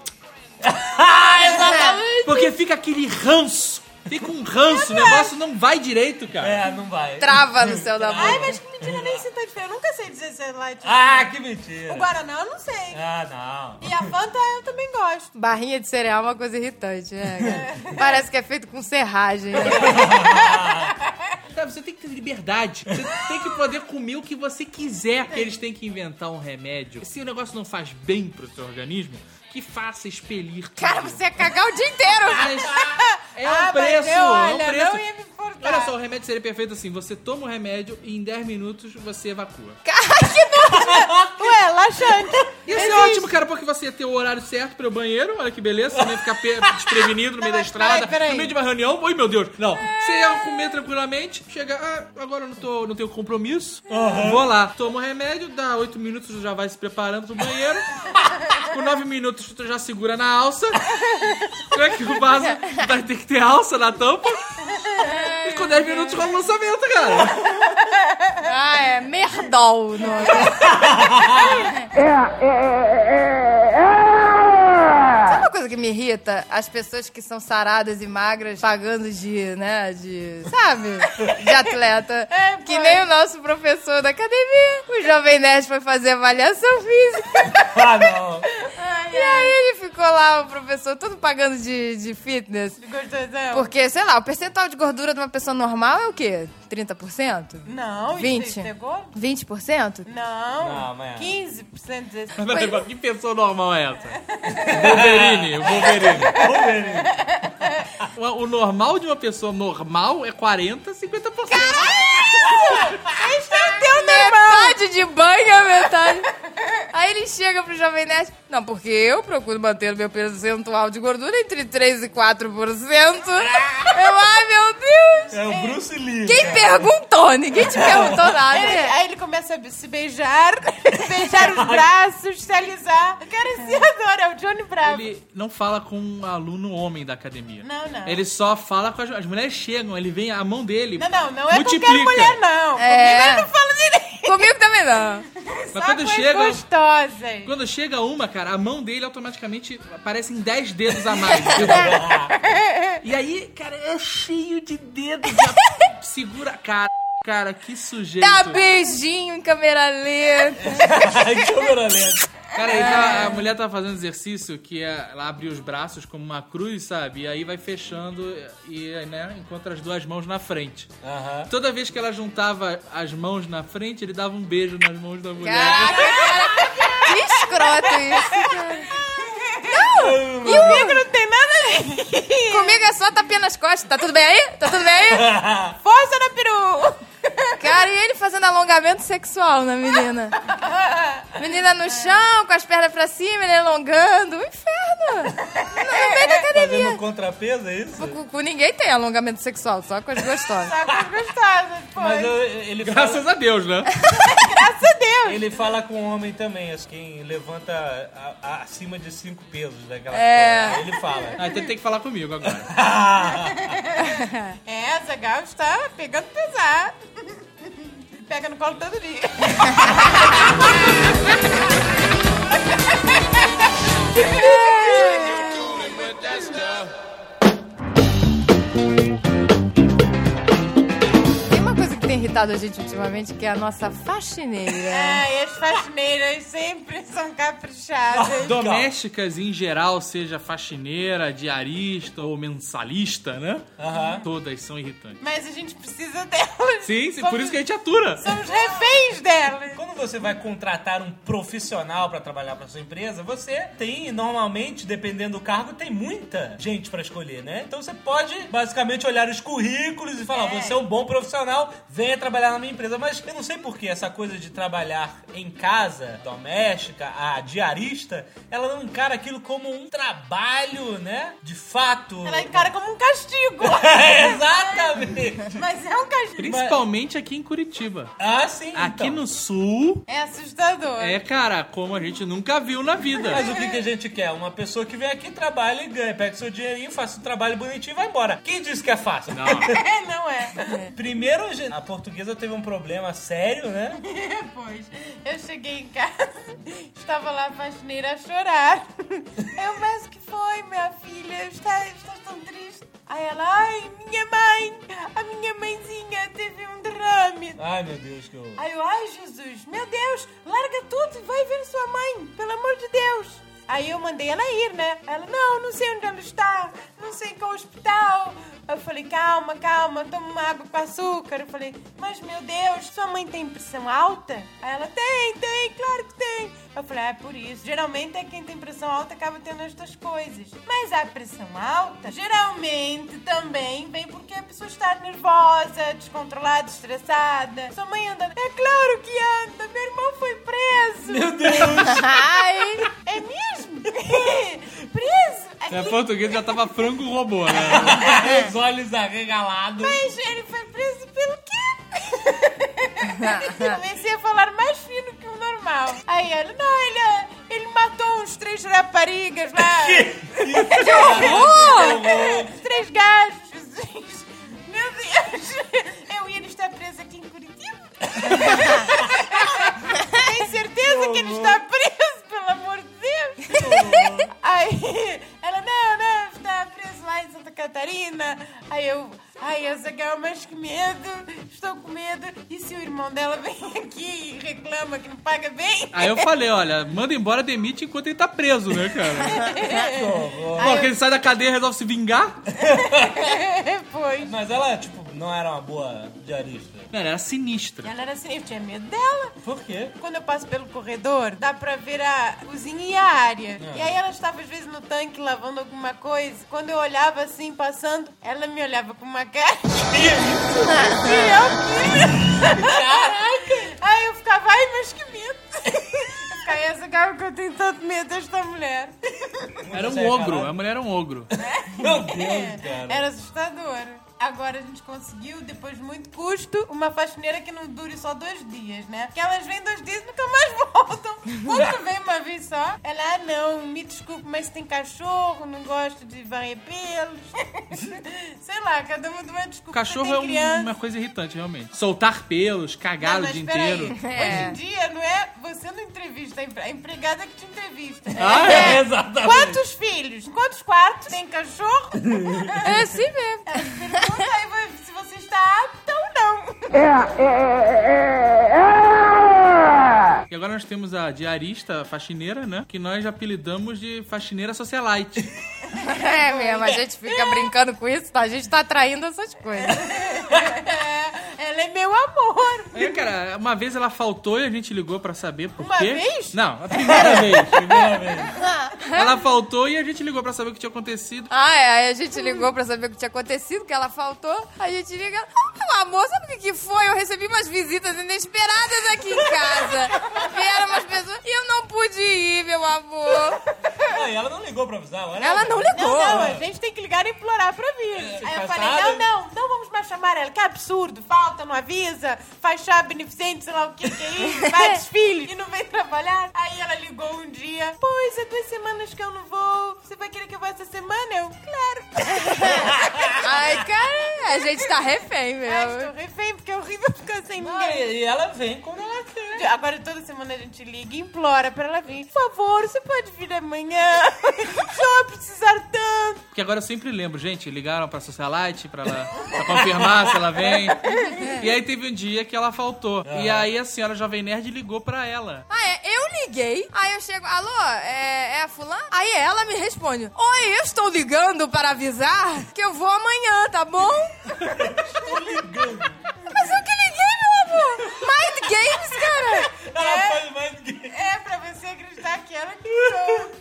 Speaker 7: Exatamente.
Speaker 5: Porque fica aquele ranço. Fica um
Speaker 3: É
Speaker 5: ranço, o negócio não vai direito, cara.
Speaker 2: É, não vai.
Speaker 7: Trava no céu da
Speaker 3: Ai,
Speaker 7: boca.
Speaker 3: mas que mentira, nem sinta diferença. Eu nunca sei dizer se é light.
Speaker 2: Ah, que
Speaker 3: O
Speaker 2: mentira!
Speaker 3: Guaraná eu não sei.
Speaker 2: Ah, não.
Speaker 3: E a Fanta eu também gosto.
Speaker 7: Barrinha de cereal é uma coisa irritante, né? cara? Parece que é feito com serragem. né?
Speaker 5: Cara, Tá, Você tem que ter liberdade. Você tem que poder comer o que você quiser. Porque eles têm que inventar um remédio. Se o negócio não faz bem pro seu organismo, que faça expelir tudo.
Speaker 7: Cara, você ia cagar o dia inteiro.
Speaker 5: Mas Ah, é um
Speaker 3: Ah, mas
Speaker 5: preço,
Speaker 3: eu,
Speaker 5: é um
Speaker 3: olha,
Speaker 5: preço.
Speaker 3: não ia me importar.
Speaker 5: Olha só, o remédio seria perfeito assim. Você toma o remédio e em 10 minutos você evacua.
Speaker 3: Ué, laxante.
Speaker 5: Ia ser
Speaker 3: Existe.
Speaker 5: é ótimo, cara, porque você ia ter o horário certo pro banheiro, olha que beleza, você não ia ficar pe- desprevenido no meio da
Speaker 3: mas
Speaker 5: estrada,
Speaker 3: peraí, peraí. É.
Speaker 5: no meio de uma reunião, oi meu Deus, não. Você ia comer tranquilamente, chega, ah, agora eu não, tô, não tenho compromisso,
Speaker 3: É.
Speaker 5: vou lá, toma o remédio, dá 8 minutos, tu já vai se preparando pro banheiro, com 9 minutos tu já segura na alça, não é que o vaso vai ter que ter alça na tampa, e com 10 minutos rola o lançamento, cara.
Speaker 7: Ah, é merdol. Não. Sabe uma coisa que me irrita? As pessoas que são saradas e magras pagando de, né, de, sabe? De atleta.
Speaker 3: É,
Speaker 7: que
Speaker 3: pô.
Speaker 7: nem o nosso professor da academia. O Jovem Nerd foi fazer avaliação física.
Speaker 2: Ah, não.
Speaker 7: e aí ele ficou lá, o professor, tudo pagando de, de fitness.
Speaker 3: Gostosão.
Speaker 7: Porque, sei lá, o percentual de gordura de uma pessoa normal é o quê? 30%?
Speaker 3: Não, isso-
Speaker 7: 20.
Speaker 3: isso é gordo?
Speaker 7: 20%?
Speaker 3: Não,
Speaker 2: Não, é. mas-
Speaker 3: 15% desse...
Speaker 5: Peraí, tipo, que pessoa normal é essa? Wolverine, Wolverine.
Speaker 2: Vamos ver, né?
Speaker 5: O o normal de uma pessoa normal é 40, 50%.
Speaker 7: metade de banho, a metade. Aí ele chega pro Jovem Nerd. Não, porque eu procuro manter o meu percentual de gordura entre 3% e 4%. Eu, ai, meu Deus.
Speaker 2: É o Bruce Lee.
Speaker 7: Quem perguntou? Ninguém te perguntou nada.
Speaker 3: Aí,
Speaker 7: né?
Speaker 3: aí ele começa a se beijar, beijar os braços, se alisar. O cara se adora, é o Johnny Bravo.
Speaker 5: Ele não fala com um aluno homem da academia.
Speaker 3: Não, não.
Speaker 5: Ele só fala com as, as mulheres chegam, ele vem a mão dele.
Speaker 3: Não, não, não é
Speaker 5: multiplica.
Speaker 3: qualquer mulher, não.
Speaker 7: É.
Speaker 3: Comigo ele não fala direito.
Speaker 7: Comigo também não.
Speaker 5: Mas
Speaker 3: Só
Speaker 5: quando
Speaker 3: coisas
Speaker 5: chega,
Speaker 3: gostosas.
Speaker 5: quando chega uma, cara, a mão dele automaticamente aparecem 10 dedos a mais. entendeu? e aí, cara, é cheio de dedos. Já segura a cara. Cara, que sujeito.
Speaker 2: Tá
Speaker 7: Dá beijinho em câmera lenta.
Speaker 2: Câmera lenta.
Speaker 5: Cara, aí
Speaker 2: É.
Speaker 5: tá- a mulher tá fazendo exercício que é, ela abre os braços como uma cruz, sabe? E aí vai fechando e, né, encontra as duas mãos na frente.
Speaker 2: Aham.
Speaker 5: Toda vez que ela juntava as mãos na frente, ele dava um beijo nas mãos da mulher.
Speaker 7: Caraca, cara. Que escroto isso, cara. Não! E
Speaker 3: Comigo não tem nada a
Speaker 7: o-
Speaker 3: ver.
Speaker 7: comigo é só tapinha nas costas. Tá tudo bem aí? Tá tudo bem aí?
Speaker 3: Força na peru.
Speaker 7: Cara, e ele fazendo alongamento sexual na menina? Menina no chão, com as pernas pra cima, ele alongando. Um inferno! No meio da
Speaker 2: Fazendo
Speaker 7: academia.
Speaker 2: um contrapeso, é isso?
Speaker 7: Com, com ninguém tem alongamento sexual, só com as gostosas.
Speaker 3: Tá com gostosas, pô.
Speaker 2: Mas eu- ele fala,
Speaker 5: Graças a Deus, né?
Speaker 3: Graças a Deus.
Speaker 2: ele fala
Speaker 8: um
Speaker 2: com o homem também, acho que quem levanta a- a- acima de cinco pesos daquela
Speaker 7: É.
Speaker 2: porra. Ele fala.
Speaker 5: Aí Ah, então tem tem que falar comigo agora.
Speaker 3: É, a Zagal está pegando pesado. Pega no colo todo dia.
Speaker 7: Tem uma coisa que tem irritado a gente ultimamente, que é a nossa
Speaker 5: É.
Speaker 7: faxineira.
Speaker 3: Ai, É, as faxineiras sempre são caprichadas.
Speaker 5: Domésticas em geral, seja faxineira, diarista ou mensalista, né?
Speaker 2: Aham.
Speaker 5: Todas são irritantes.
Speaker 3: Mas a gente precisa delas.
Speaker 5: Sim, sim, por isso que a gente atura.
Speaker 3: Somos reféns delas.
Speaker 2: Quando você vai contratar um profissional pra trabalhar pra sua empresa, você tem, normalmente, dependendo do cargo, tem muita gente pra escolher, né? Então você pode, basicamente, olhar os currículos e falar, você é um bom profissional, venha trabalhar na minha empresa. Mas eu não sei por que essa coisa de trabalhar em casa, doméstica, a diarista, ela não encara aquilo como um trabalho, né? De fato.
Speaker 5: é
Speaker 3: Ela encara como um castigo.
Speaker 2: Exatamente.
Speaker 3: Mas é um castigo.
Speaker 5: Principalmente aqui em Curitiba.
Speaker 2: Ah, sim,
Speaker 5: Aqui
Speaker 2: então.
Speaker 5: no sul,
Speaker 3: É assustador.
Speaker 5: É, cara, como a gente nunca viu na vida.
Speaker 2: Mas o que, que a gente quer? Uma pessoa que vem aqui, trabalha e ganha, pega seu dinheirinho, faz um trabalho bonitinho e vai embora. Quem disse que é fácil?
Speaker 5: Não.
Speaker 3: É, não é.
Speaker 2: Primeiro, a portuguesa teve um problema sério, né?
Speaker 3: Depois, eu cheguei em casa, estava lá a faxineira a chorar. Eu, mas o que foi, minha filha? Está- Estás tão triste? Aí ela, ai, minha mãe, a minha mãezinha teve um derrame.
Speaker 2: Ai, meu Deus, que eu...
Speaker 3: Aí eu, ai Jesus, meu Deus, larga tudo e vai ver sua mãe, pelo amor de Deus. Aí eu mandei ela ir, né? Ela, não, não sei onde ela está, não sei em qual hospital, Eu falei, calma, calma, toma uma água com açúcar. Eu falei, mas meu Deus, sua mãe tem pressão alta? Aí ela, tem, tem, claro que tem. Eu falei, ah, é por isso. Geralmente é quem tem pressão alta acaba tendo as duas coisas. Mas a pressão alta, geralmente também vem porque a pessoa está nervosa, descontrolada, estressada. Sua mãe anda, é claro que anda, meu irmão foi preso. Meu
Speaker 7: Ai,
Speaker 3: é mesmo? Preso?
Speaker 5: É,
Speaker 3: Aqui,
Speaker 5: português já tava frango robô, né? Os olhos arregalados.
Speaker 3: mas ele foi preso pelo quê? Comecei a falar mais fino que o normal. Aí ela, não, ele, ele matou uns três raparigas lá. que horror! três gajos. Meu Deus! Eu ia ele está preso aqui em Curitiba? Tem certeza que ele está preso, pelo amor de Deus? Aí ela, não, não, está preso lá em Santa Catarina. Aí eu, ai, essa cara, mas que medo, estou com medo. E se o irmão dela vem aqui e reclama que não paga bem?
Speaker 5: Aí eu falei, olha, manda embora, demite enquanto ele tá preso, né, cara?
Speaker 3: Aí
Speaker 5: Pô, que ele sai da cadeia e resolve se vingar?
Speaker 3: eu, pois.
Speaker 8: Mas ela, tipo, não era uma boa diarista.
Speaker 5: Cara, era sinistra.
Speaker 3: Ela era assim, eu tinha medo dela.
Speaker 8: Por quê?
Speaker 3: Quando eu passo pelo corredor, dá pra ver a cozinha e a área. E aí ela estava às vezes no tanque lavando alguma coisa. Quando eu olhava assim, passando, ela me olhava com uma cara. Que isso? Caraca! Aí eu ficava, ai, mas que medo! Eu ficava, Essa cara que eu tenho tanto medo desta mulher.
Speaker 5: Era um
Speaker 3: é,
Speaker 8: Você ia
Speaker 5: ogro,
Speaker 8: falar?
Speaker 5: a mulher era um ogro.
Speaker 8: Meu Deus, cara.
Speaker 3: Era assustadora. Agora a gente conseguiu, depois de muito custo, uma faxineira que não dure só dois dias, né? Porque elas vêm dois dias e nunca mais voltam. Quando vem uma vez só, ela, ah, não, me desculpe, mas tem cachorro, não gosto de varrer pelos. Sei lá, cada uma de uma desculpa.
Speaker 5: Cachorro
Speaker 3: tem
Speaker 5: é um-
Speaker 3: criança.
Speaker 5: uma coisa irritante, realmente. Soltar pelos, cagar
Speaker 3: Não,
Speaker 5: o
Speaker 3: mas
Speaker 5: dia
Speaker 3: peraí.
Speaker 5: inteiro.
Speaker 7: É.
Speaker 3: Hoje em dia, não é você não entrevista, a empre- a empregada que te entrevista.
Speaker 5: Ah, é, exatamente.
Speaker 3: Quantos filhos? Quantos quartos? Tem cachorro?
Speaker 7: é assim mesmo.
Speaker 3: Pergunta aí vai- se você está apta ou não.
Speaker 5: E agora nós temos a diarista, a faxineira, né? Que nós apelidamos de faxineira socialite.
Speaker 7: É mesmo, a gente fica brincando com isso, tá? A gente tá traindo essas coisas.
Speaker 3: É, ela é meu amor.
Speaker 5: É, cara, uma vez ela faltou e a gente ligou pra saber por
Speaker 3: Uma
Speaker 5: quê.
Speaker 3: vez? Ah.
Speaker 5: Não, a primeira vez. Primeira vez. Ela faltou e a gente ligou pra saber o que tinha acontecido.
Speaker 7: Ah, é, aí a gente ligou pra saber o que tinha acontecido, que ela faltou. A gente liga, ah, meu amor, sabe o que, que foi? Eu recebi umas visitas inesperadas aqui em casa. Vieram umas pessoas e eu não pude ir, meu amor.
Speaker 8: Não, e ela não ligou pra avisar. Olha,
Speaker 7: Ela não ligou.
Speaker 3: Não, não,
Speaker 8: é.
Speaker 3: a gente tem que ligar e implorar pra vir. Aí eu falei, não, não, não vamos mais chamar ela. Que absurdo, falta, não avisa, faz chá beneficente, sei lá o que que é isso, vai desfile e não vem trabalhar. Aí ela ligou um dia, pois, há duas semanas que eu não vou, você vai querer que eu vá essa semana? Eu, claro.
Speaker 7: Ai, cara, a gente tá refém
Speaker 3: Ai,
Speaker 7: mesmo.
Speaker 3: estou refém, porque é horrível ficar sem ninguém.
Speaker 8: E ela vem quando ela quer.
Speaker 3: Agora toda semana a gente liga e implora pra ela vir. Por favor, você pode vir amanhã? Não vai precisar tanto.
Speaker 5: Porque agora eu sempre lembro, gente, ligaram pra socialite pra, ela, pra confirmar se ela vem. E aí teve um dia que ela faltou. E aí assim, a senhora Jovem Nerd ligou pra ela.
Speaker 7: Ah, é, eu liguei, aí eu chego, alô, é, é a fulana? Aí ela me responde, oi, eu estou ligando para avisar que eu vou amanhã, tá bom? estou ligando. Mas eu que liguei, meu amor. Mind games, cara.
Speaker 8: Ela faz mais ninguém.
Speaker 3: É, pra você acreditar que ela que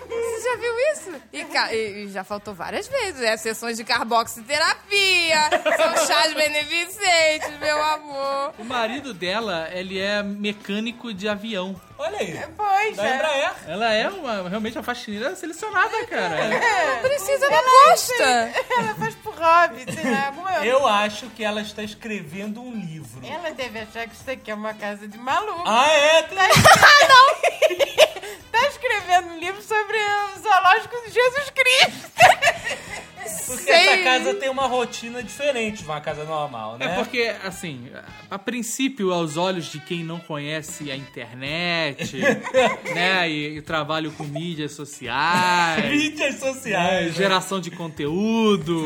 Speaker 7: Você já viu isso? E, ca- e- e já faltou várias vezes, é, sessões de carboxiterapia, são chás beneficentes, meu amor.
Speaker 5: O marido dela, ele é mecânico de avião.
Speaker 8: Olha aí.
Speaker 3: Pois
Speaker 8: Da
Speaker 3: é.
Speaker 8: Embraer.
Speaker 5: Ela é uma, realmente uma faxineira selecionada,
Speaker 3: É.
Speaker 5: cara.
Speaker 7: Não precisa, não gosta.
Speaker 3: Ela faz pro hobby, sei lá, alguma...
Speaker 8: Eu acho que ela está escrevendo um livro.
Speaker 3: Ela deve achar que isso aqui é uma casa de maluco.
Speaker 8: Ah, é? Tem-
Speaker 3: Tá escrevendo um livro sobre o zoológico de Jesus Cristo.
Speaker 8: Porque
Speaker 7: Sei.
Speaker 8: essa casa tem uma rotina diferente de uma casa normal, né?
Speaker 5: É porque, assim, a, a princípio, aos olhos de quem não conhece a internet, né, e, e trabalho com mídias sociais,
Speaker 8: Mídias
Speaker 5: é,
Speaker 8: sociais.
Speaker 5: geração de conteúdo,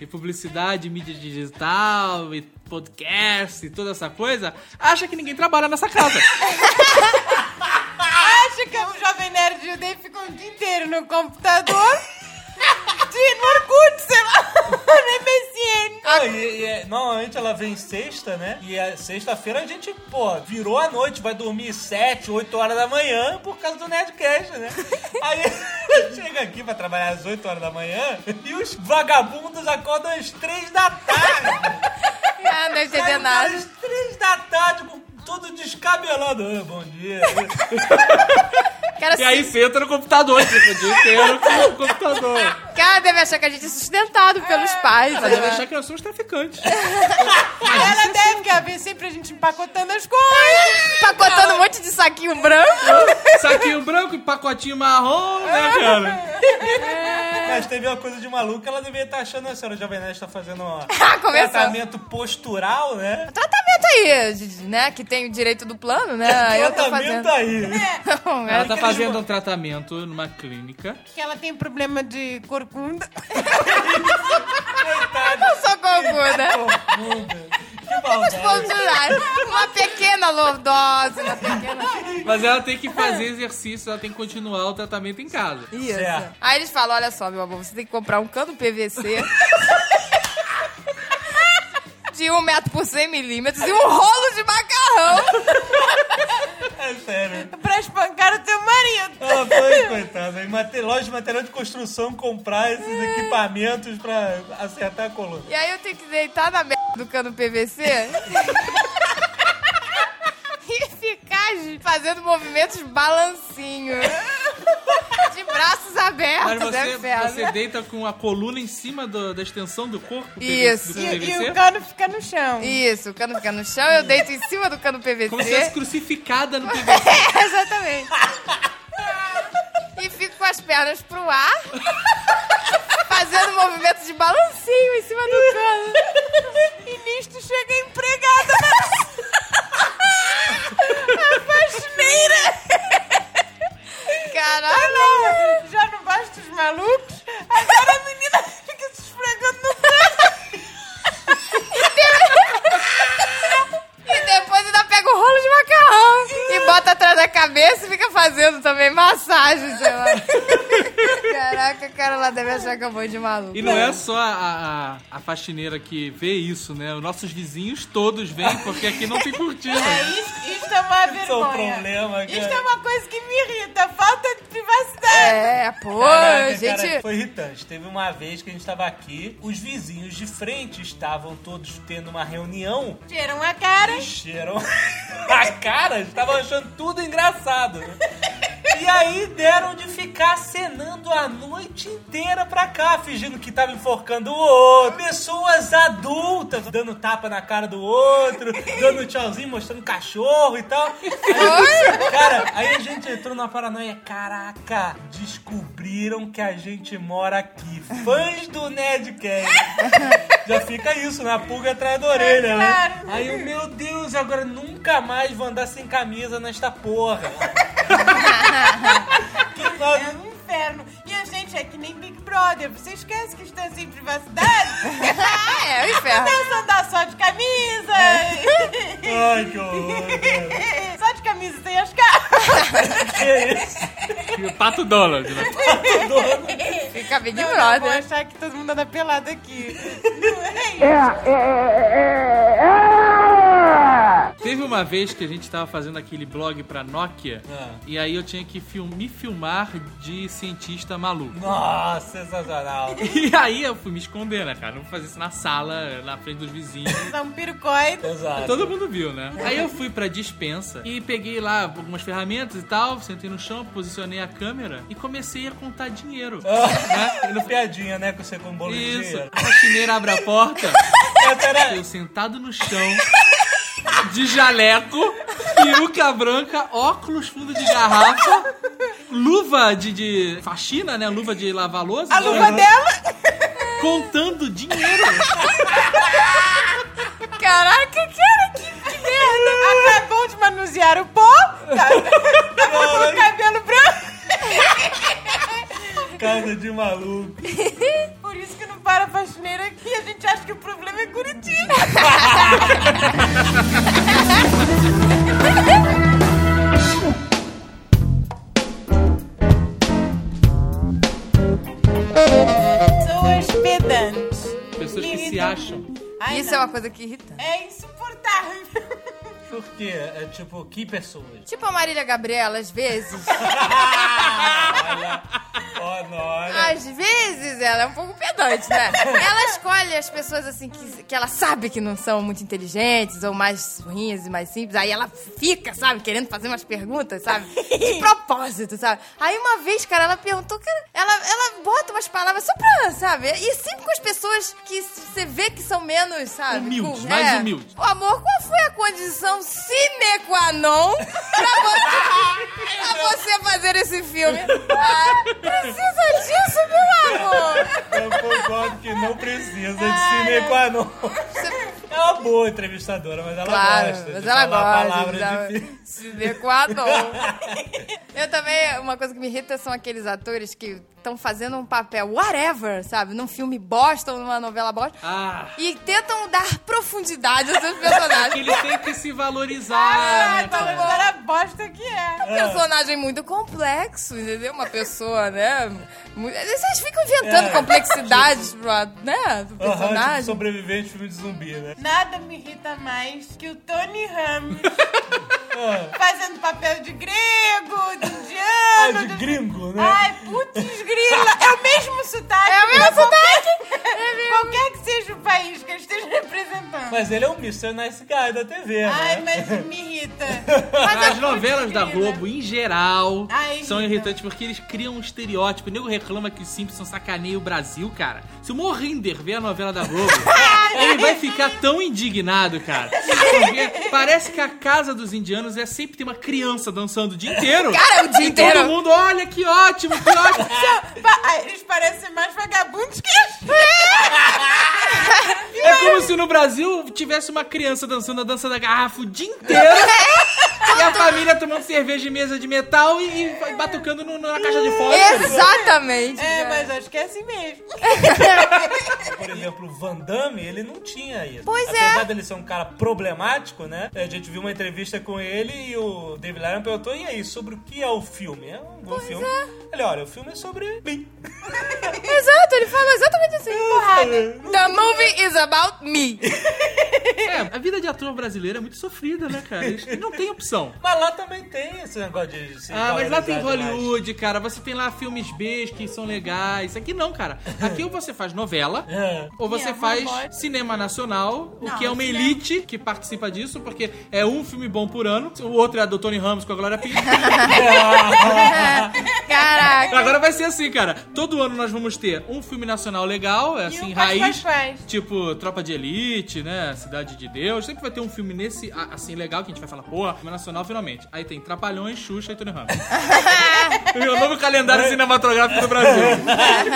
Speaker 5: e publicidade, mídia digital, e podcast, e toda essa coisa, acha que ninguém trabalha nessa casa.
Speaker 3: Acha que o jovem nerd judeu fica um dia inteiro no computador. De no Orkut, sei lá. na MSN.
Speaker 2: Não, e- e é- normalmente ela vem sexta, né? E a sexta-feira a gente, pô, virou a noite, vai dormir sete, oito horas da manhã por causa do Nerdcast, né? Aí chega aqui pra trabalhar às 8 horas da manhã e os vagabundos acordam às três da tarde.
Speaker 7: Ah, não entender nada.
Speaker 2: Às três da tarde, com todo descabelado. "Ah, Bom dia.
Speaker 7: Cara,
Speaker 5: E aí você entra no computador, tipo, o dia inteiro com o computador.
Speaker 7: cara deve achar que a gente é sustentado pelos pais.
Speaker 5: Ela deve
Speaker 7: né?
Speaker 5: achar que nós somos traficantes.
Speaker 3: Ela deve que ver sempre a gente empacotando as coisas.
Speaker 7: Pacotando um monte de saquinho branco.
Speaker 5: Saquinho branco e pacotinho marrom, né, cara?
Speaker 2: Mas teve uma coisa de maluco, ela devia estar achando, a senhora Jovem Nerd tá fazendo um
Speaker 7: Ah, começou.
Speaker 2: tratamento postural, né?
Speaker 7: Tratamento aí, Didi, né? Que tem o direito do plano, né? Eu tô
Speaker 2: tratamento tá
Speaker 7: fazendo.
Speaker 2: aí.
Speaker 7: Não,
Speaker 5: Ela
Speaker 7: é-
Speaker 5: tá fazendo um tratamento numa clínica.
Speaker 3: Que ela tem problema de corcunda.
Speaker 7: Eu sou corcunda.
Speaker 2: Que maldade.
Speaker 7: Vou tirar Uma pequena lordose, uma pequena.
Speaker 5: Mas ela tem que fazer exercício, ela tem que continuar o tratamento em casa.
Speaker 7: Isso.
Speaker 2: Certo.
Speaker 7: Aí eles falam: olha só, meu amor, você tem que comprar um cano PVC. De um metro por 100 milímetros e um rolo de macarrão.
Speaker 2: É sério.
Speaker 3: pra espancar o teu marido.
Speaker 2: Ela foi, coitada. Em mate- loja de material de construção comprar esses
Speaker 7: É.
Speaker 2: equipamentos pra acertar a coluna.
Speaker 7: E aí eu tenho que deitar na merda do cano PVC. e ficar fazendo movimentos balancinho. De braços
Speaker 5: Mas
Speaker 7: abertos,
Speaker 5: você,
Speaker 7: né, Fernanda?
Speaker 5: você deita com a coluna em cima do- da extensão do corpo?
Speaker 7: Isso.
Speaker 5: do
Speaker 3: E, e
Speaker 5: PVC?
Speaker 3: o cano fica no chão.
Speaker 7: Isso, o cano fica no chão, eu deito em cima do cano PVC.
Speaker 5: Como se fosse crucificada no PVC.
Speaker 7: Exatamente. e fico com as pernas pro ar, fazendo movimentos de balancinho em cima do cano.
Speaker 3: E nisto chega a empregada. A faxineira.
Speaker 7: Caralho!
Speaker 3: Já não basta os malucos? Ah, Agora a menina fica se esfregando no cano.
Speaker 7: E depois ainda pega o rolo de macarrão e bota atrás da cabeça e fica fazendo também massagem, sei lá. Caraca, cara lá deve achar que eu vou de maluco.
Speaker 5: E não é só a, a, a faxineira que vê isso, né? Os nossos vizinhos todos vêm, porque aqui não tem cortina.
Speaker 3: É isso, isto é
Speaker 2: Isso é
Speaker 3: uma
Speaker 2: um
Speaker 3: vergonha.
Speaker 2: problema,
Speaker 3: Isto é
Speaker 2: cara.
Speaker 3: uma coisa que me irrita, a falta de privacidade.
Speaker 7: É, pô,
Speaker 2: Caraca, cara,
Speaker 7: gente.
Speaker 2: foi irritante. Teve uma vez que a gente tava aqui, os vizinhos de frente estavam todos tendo uma reunião
Speaker 3: Cheiram a cara.
Speaker 2: encheram a cara, estavam achando tudo engraçado. né? E aí deram de ficar acenando a noite inteira pra cá, fingindo que tava enforcando o outro. Pessoas adultas dando tapa na cara do outro, dando tchauzinho, mostrando cachorro e tal. Aí, cara, aí a gente entrou na paranoia. Caraca, descobriram que a gente mora aqui. Fãs do Nerdcast. Já fica isso,
Speaker 8: né?
Speaker 2: na
Speaker 8: é
Speaker 2: pulga atrás da orelha,
Speaker 7: É
Speaker 2: né? Aí eu, meu Deus, agora nunca mais vou andar sem camisa nesta porra. Que
Speaker 3: É
Speaker 2: nós-
Speaker 3: um inferno. E a gente é que nem Big Brother. Você esquece que está sem privacidade?
Speaker 7: Ah, é, o inferno.
Speaker 3: Começa a andar só de camisa.
Speaker 2: Ai, que horror.
Speaker 3: só de camisa sem as caras.
Speaker 2: Que isso?
Speaker 5: E o Pato Donald, né?
Speaker 7: Fica né? Big
Speaker 3: Não, não, Vou
Speaker 7: Brother.
Speaker 3: achar que todo mundo anda pelado aqui. Não é?
Speaker 5: Teve uma vez que a gente tava fazendo aquele blog pra Nokia,
Speaker 2: Ah.
Speaker 5: e aí eu tinha que film- me filmar de cientista maluco.
Speaker 2: Nossa, sensacional.
Speaker 5: E aí eu fui me esconder, né, cara? Não vou fazer isso na sala, na frente dos vizinhos.
Speaker 3: Dá um pirucoide.
Speaker 2: Exato.
Speaker 5: Todo mundo viu, né? Aí eu fui pra dispensa e peguei lá algumas ferramentas e tal, sentei no chão, posicionei a câmera e comecei a contar dinheiro.
Speaker 8: Tá
Speaker 2: Ah, e no piadinha, né, com você
Speaker 8: um
Speaker 2: com bolo de
Speaker 5: Isso.
Speaker 2: dinheiro.
Speaker 5: A faxineira abre a porta,
Speaker 2: Essa era-
Speaker 3: É.
Speaker 5: eu sentado no chão, de jaleco, peruca branca, óculos fundo de garrafa, luva de, de faxina, né? Luva de lavar louça. né?
Speaker 3: A luva
Speaker 2: Uhum.
Speaker 3: dela.
Speaker 5: Contando dinheiro.
Speaker 7: Caraca, cara, que
Speaker 3: Acabou de manusear o pó. Tá, tá com o cabelo branco.
Speaker 2: Casa de maluco.
Speaker 3: Por isso que não para a faxineira aqui. A gente acha que o problema é Curitiba. é Pessoas pedantes.
Speaker 5: acham.
Speaker 3: um Ai,
Speaker 7: Isso
Speaker 3: não.
Speaker 7: é uma coisa que irrita.
Speaker 3: É insuportável.
Speaker 8: Por quê? É, tipo, que pessoas?
Speaker 7: Tipo a Marília Gabriela, às vezes.
Speaker 8: Ó, Nora.
Speaker 7: Às vezes ela é um pouco pedante, né? Ela escolhe as pessoas assim que, que ela sabe que não são muito inteligentes ou mais ruins e mais simples. Aí ela fica, sabe, querendo fazer umas perguntas, sabe? De propósito, sabe? Aí uma vez, cara, ela perguntou, cara, ela, ela bota umas palavras só pra, sabe? E sempre com as pessoas que você vê que são menos, sabe?
Speaker 5: Humildes,
Speaker 7: Com-
Speaker 5: mais humildes.
Speaker 7: Ô, amor, qual foi a condição sine qua non pra você, pra você fazer esse filme? Ah, precisa disso, meu amor!
Speaker 8: Eu concordo que não precisa de sine qua non. É uma boa entrevistadora, mas ela
Speaker 7: Claro,
Speaker 8: gosta.
Speaker 7: mas
Speaker 8: de
Speaker 7: ela
Speaker 8: falar
Speaker 7: gosta.
Speaker 8: Palavras
Speaker 7: já-
Speaker 8: difíceis.
Speaker 7: Sine qua non. Eu também, uma coisa que me irrita são aqueles atores que estão fazendo um papel whatever, sabe? Num filme bosta ou numa novela bosta.
Speaker 5: Ah,
Speaker 7: E tentam dar profundidade aos seus personagens. Ah,
Speaker 5: ele tem que se
Speaker 3: Ah,
Speaker 5: valorizar.
Speaker 7: Tá
Speaker 5: né, cara?
Speaker 3: Agora a bosta que é.
Speaker 7: um personagem muito complexo, entendeu? Uma pessoa, né? Mu- Vocês ficam inventando
Speaker 8: É.
Speaker 7: complexidades pra, né? do
Speaker 8: Aham,
Speaker 7: personagem.
Speaker 8: tipo sobrevivente filme de zumbi, né?
Speaker 3: Nada me irrita mais que o Tony Ramos
Speaker 2: Ah.
Speaker 3: fazendo papel de grego, de
Speaker 8: Ah,
Speaker 3: indiano.
Speaker 8: de gringo, né?
Speaker 7: Ah.
Speaker 3: Ai, putz grila! É o mesmo sotaque!
Speaker 7: É o mesmo É
Speaker 3: sotaque! Qualquer que seja o país que eu esteja representando.
Speaker 8: Mas ele é um Mr. Nice Guy da TV,
Speaker 3: Ai,
Speaker 8: né?
Speaker 3: mas me irrita.
Speaker 5: é,
Speaker 7: é
Speaker 5: As novelas da
Speaker 7: né?
Speaker 5: Globo, em geral,
Speaker 3: Ai,
Speaker 5: são
Speaker 3: irrita.
Speaker 5: irritantes porque eles criam um estereótipo. O nego reclama que os Simpsons sacaneia o Brasil, cara. Se o Morrinder ver a novela da Globo, ele vai ficar tão indignado, cara. Porque parece que a casa dos indianos é sempre tem uma criança dançando o dia inteiro.
Speaker 7: Cara, é o dia
Speaker 5: E
Speaker 7: inteiro.
Speaker 5: todo mundo, olha que ótimo, que ótimo.
Speaker 3: Pa- ai, eles parecem mais vagabundos que as
Speaker 5: É como se no Brasil tivesse uma criança dançando a dança da garrafa o dia inteiro. E a família tomando cerveja de mesa de metal e, e batucando no- na caixa de fósforo.
Speaker 7: Exatamente.
Speaker 3: É,
Speaker 7: cara.
Speaker 3: mas acho que é assim mesmo.
Speaker 8: Por exemplo, o Van Damme, ele não tinha isso.
Speaker 7: Pois é.
Speaker 8: Apesar dele ser um cara problemático, né? A gente viu uma entrevista com ele e o David Lyron perguntou, e aí, sobre o que é o filme? É um bom filme. Ele, olha, o filme é sobre mim.
Speaker 7: Exato, ele fala exatamente assim. Porrada. The movie is about me.
Speaker 5: É, a vida de ator brasileiro é muito sofrida, né, cara? Eles não tem opção.
Speaker 8: Mas lá também tem esse negócio de se
Speaker 5: Ah, mas lá tem
Speaker 8: valorizar demais.
Speaker 5: Hollywood, cara. Você tem lá filmes B que são legais. Aqui não, cara. Aqui ou você faz novela,
Speaker 8: É.
Speaker 5: ou você
Speaker 3: Minha
Speaker 5: faz
Speaker 3: vovó.
Speaker 5: cinema nacional, o
Speaker 3: Não,
Speaker 5: que é uma
Speaker 3: cinema.
Speaker 5: elite que participa disso, porque é um filme bom por ano. O outro é a do Tony Ramos com a Glória Pires.
Speaker 7: Caraca.
Speaker 5: Agora vai ser assim, cara. Todo ano nós vamos ter um filme nacional legal, é assim,
Speaker 3: um faz,
Speaker 5: raiz.
Speaker 3: faz, faz.
Speaker 5: Tipo, Tropa de Elite, né? Cidade de Deus. Sempre vai ter um filme nesse, a- assim, legal, que a gente vai falar, porra, filme nacional finalmente. Aí tem Trapalhões, Xuxa e Tony Ramos. É o novo calendário cinematográfico do Brasil.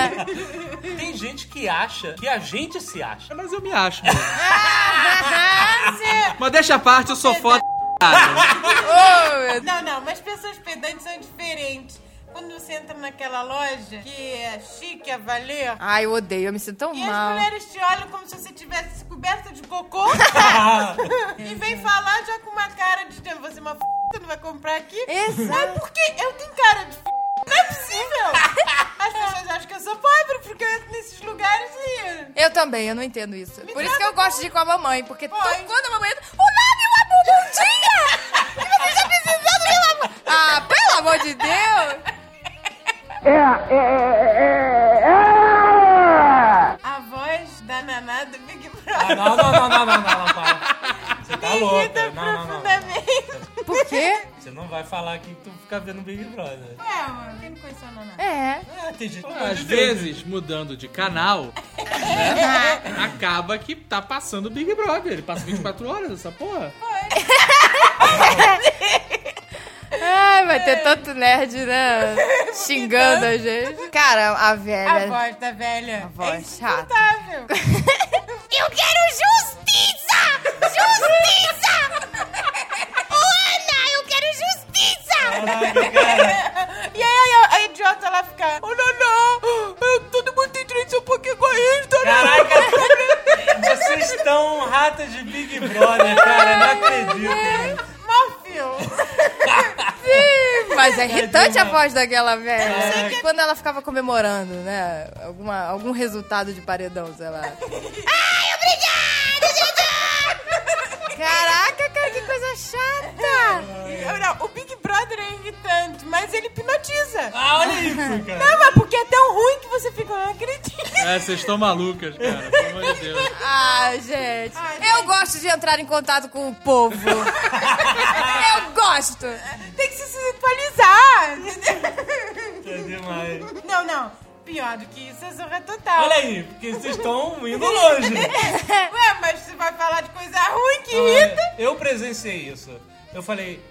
Speaker 8: Tem gente que acha que a gente se acha.
Speaker 5: Mas eu me acho. mesmo.
Speaker 7: é.
Speaker 5: Mas deixa a parte, eu sou foda.
Speaker 3: Não, não, mas pessoas pedantes são diferentes. Quando você entra naquela loja que é chique a valer,
Speaker 7: Ai, eu odeio, eu me sinto tão
Speaker 3: e as
Speaker 7: mal.
Speaker 3: mulheres te olham como se você tivesse coberta de cocô e vem falar já com uma cara de "Não, você é uma f... não vai comprar aqui.
Speaker 7: Exato.
Speaker 3: Mas por quê? Eu tenho cara de f... Não é possível! As pessoas acham que eu sou pobre porque eu entro nesses lugares e...
Speaker 7: Eu também, eu não entendo isso. Por isso que eu gosto de ir com a mamãe, porque to-
Speaker 3: Pois.
Speaker 7: quando a mamãe entra, o nome é uma bundinha! E você tá precisando de uma bu- Ah, pelo amor de Deus!
Speaker 3: A voz da Naná do Big
Speaker 8: Ah,
Speaker 3: Brother
Speaker 8: não, não, não, não, não, não, não, para. Você tá
Speaker 3: me irrita
Speaker 8: louca. Não, não, não.
Speaker 3: profundamente.
Speaker 7: Por quê?
Speaker 8: Você não vai falar que tu fica vendo Big Brother.
Speaker 3: É, mano, quem não conheceu a Naná?
Speaker 7: É.
Speaker 8: Ah, tem gente.
Speaker 5: Às vezes, mudando de canal,
Speaker 3: É,
Speaker 5: né,
Speaker 8: É,
Speaker 5: acaba que tá passando o Big Brother. Ele passa 24 horas essa porra.
Speaker 7: Ai, vai ter tanto nerd, né? Xingando a gente. Cara, a
Speaker 8: é.
Speaker 3: A
Speaker 7: velha.
Speaker 3: voz da velha. A
Speaker 7: voz
Speaker 3: é
Speaker 7: chata.
Speaker 3: insuportável.
Speaker 7: Eu quero justiça! Justiça! Ô, Ana, eu quero justiça!
Speaker 8: Caraca, cara.
Speaker 3: E aí, aí a, a idiota ela fica, oh não, não, eu- todo mundo tem direito a ser um pouquinho egoísta, né?
Speaker 8: Caraca, vocês estão ratas de Big Brother, cara. Não acredito.
Speaker 3: Mó fio.
Speaker 7: Sim, Mas é irritante a voz daquela velha.
Speaker 3: é
Speaker 7: Quando ela ficava comemorando, né? Alguma, algum resultado de paredão, sei lá. Ai, obrigada, Jojo! Caraca, cara, que coisa chata!
Speaker 3: Eu não, o Big Brother é irritante, mas ele hipnotiza.
Speaker 8: Ah, olha isso, cara.
Speaker 3: Não, mas porque é tão ruim que você fica, não acredito.
Speaker 5: É, vocês estão malucas, cara. Pelo amor de Deus.
Speaker 7: Ah, gente. Eu gosto de entrar em contato com o povo. Eu gosto.
Speaker 3: Tem que se sexualizar. entendeu?
Speaker 8: É demais.
Speaker 3: Não, não. Pior do que isso é zorra total.
Speaker 8: Olha aí, porque vocês estão indo longe.
Speaker 3: Ué, mas você vai falar de coisa ruim
Speaker 7: É
Speaker 3: que irrita?
Speaker 8: Eu presenciei isso. Eu falei,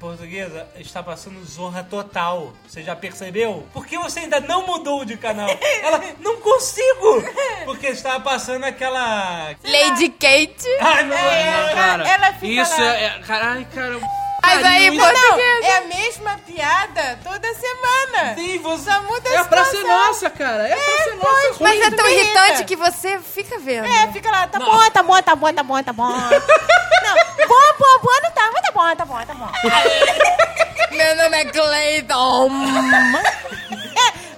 Speaker 8: portuguesa, está passando zorra total. Você já percebeu? Por que você ainda não mudou de canal? Ela, não consigo! Porque estava passando aquela...
Speaker 7: Lady Kate.
Speaker 8: Ah, não,
Speaker 3: É,
Speaker 8: não,
Speaker 5: né, Cara,
Speaker 3: ela fica
Speaker 5: isso
Speaker 3: lá.
Speaker 5: é... é- Caralho, cara...
Speaker 7: Mas aí,
Speaker 5: carinho,
Speaker 3: Não,
Speaker 7: português.
Speaker 3: é a mesma piada toda semana.
Speaker 8: Sim, você...
Speaker 3: Só muda a
Speaker 5: É pra ser
Speaker 3: situação.
Speaker 5: nossa, cara. É pra ser nossa.
Speaker 3: pois,
Speaker 5: ruim.
Speaker 7: Mas é tão
Speaker 3: Irrita.
Speaker 7: irritante que você fica vendo.
Speaker 3: É, fica lá, tá bom, tá bom, tá bom, tá bom, tá bom. não, boa, boa, boa, não tá, mas tá bom, tá bom, tá bom.
Speaker 7: Meu nome é Clayton.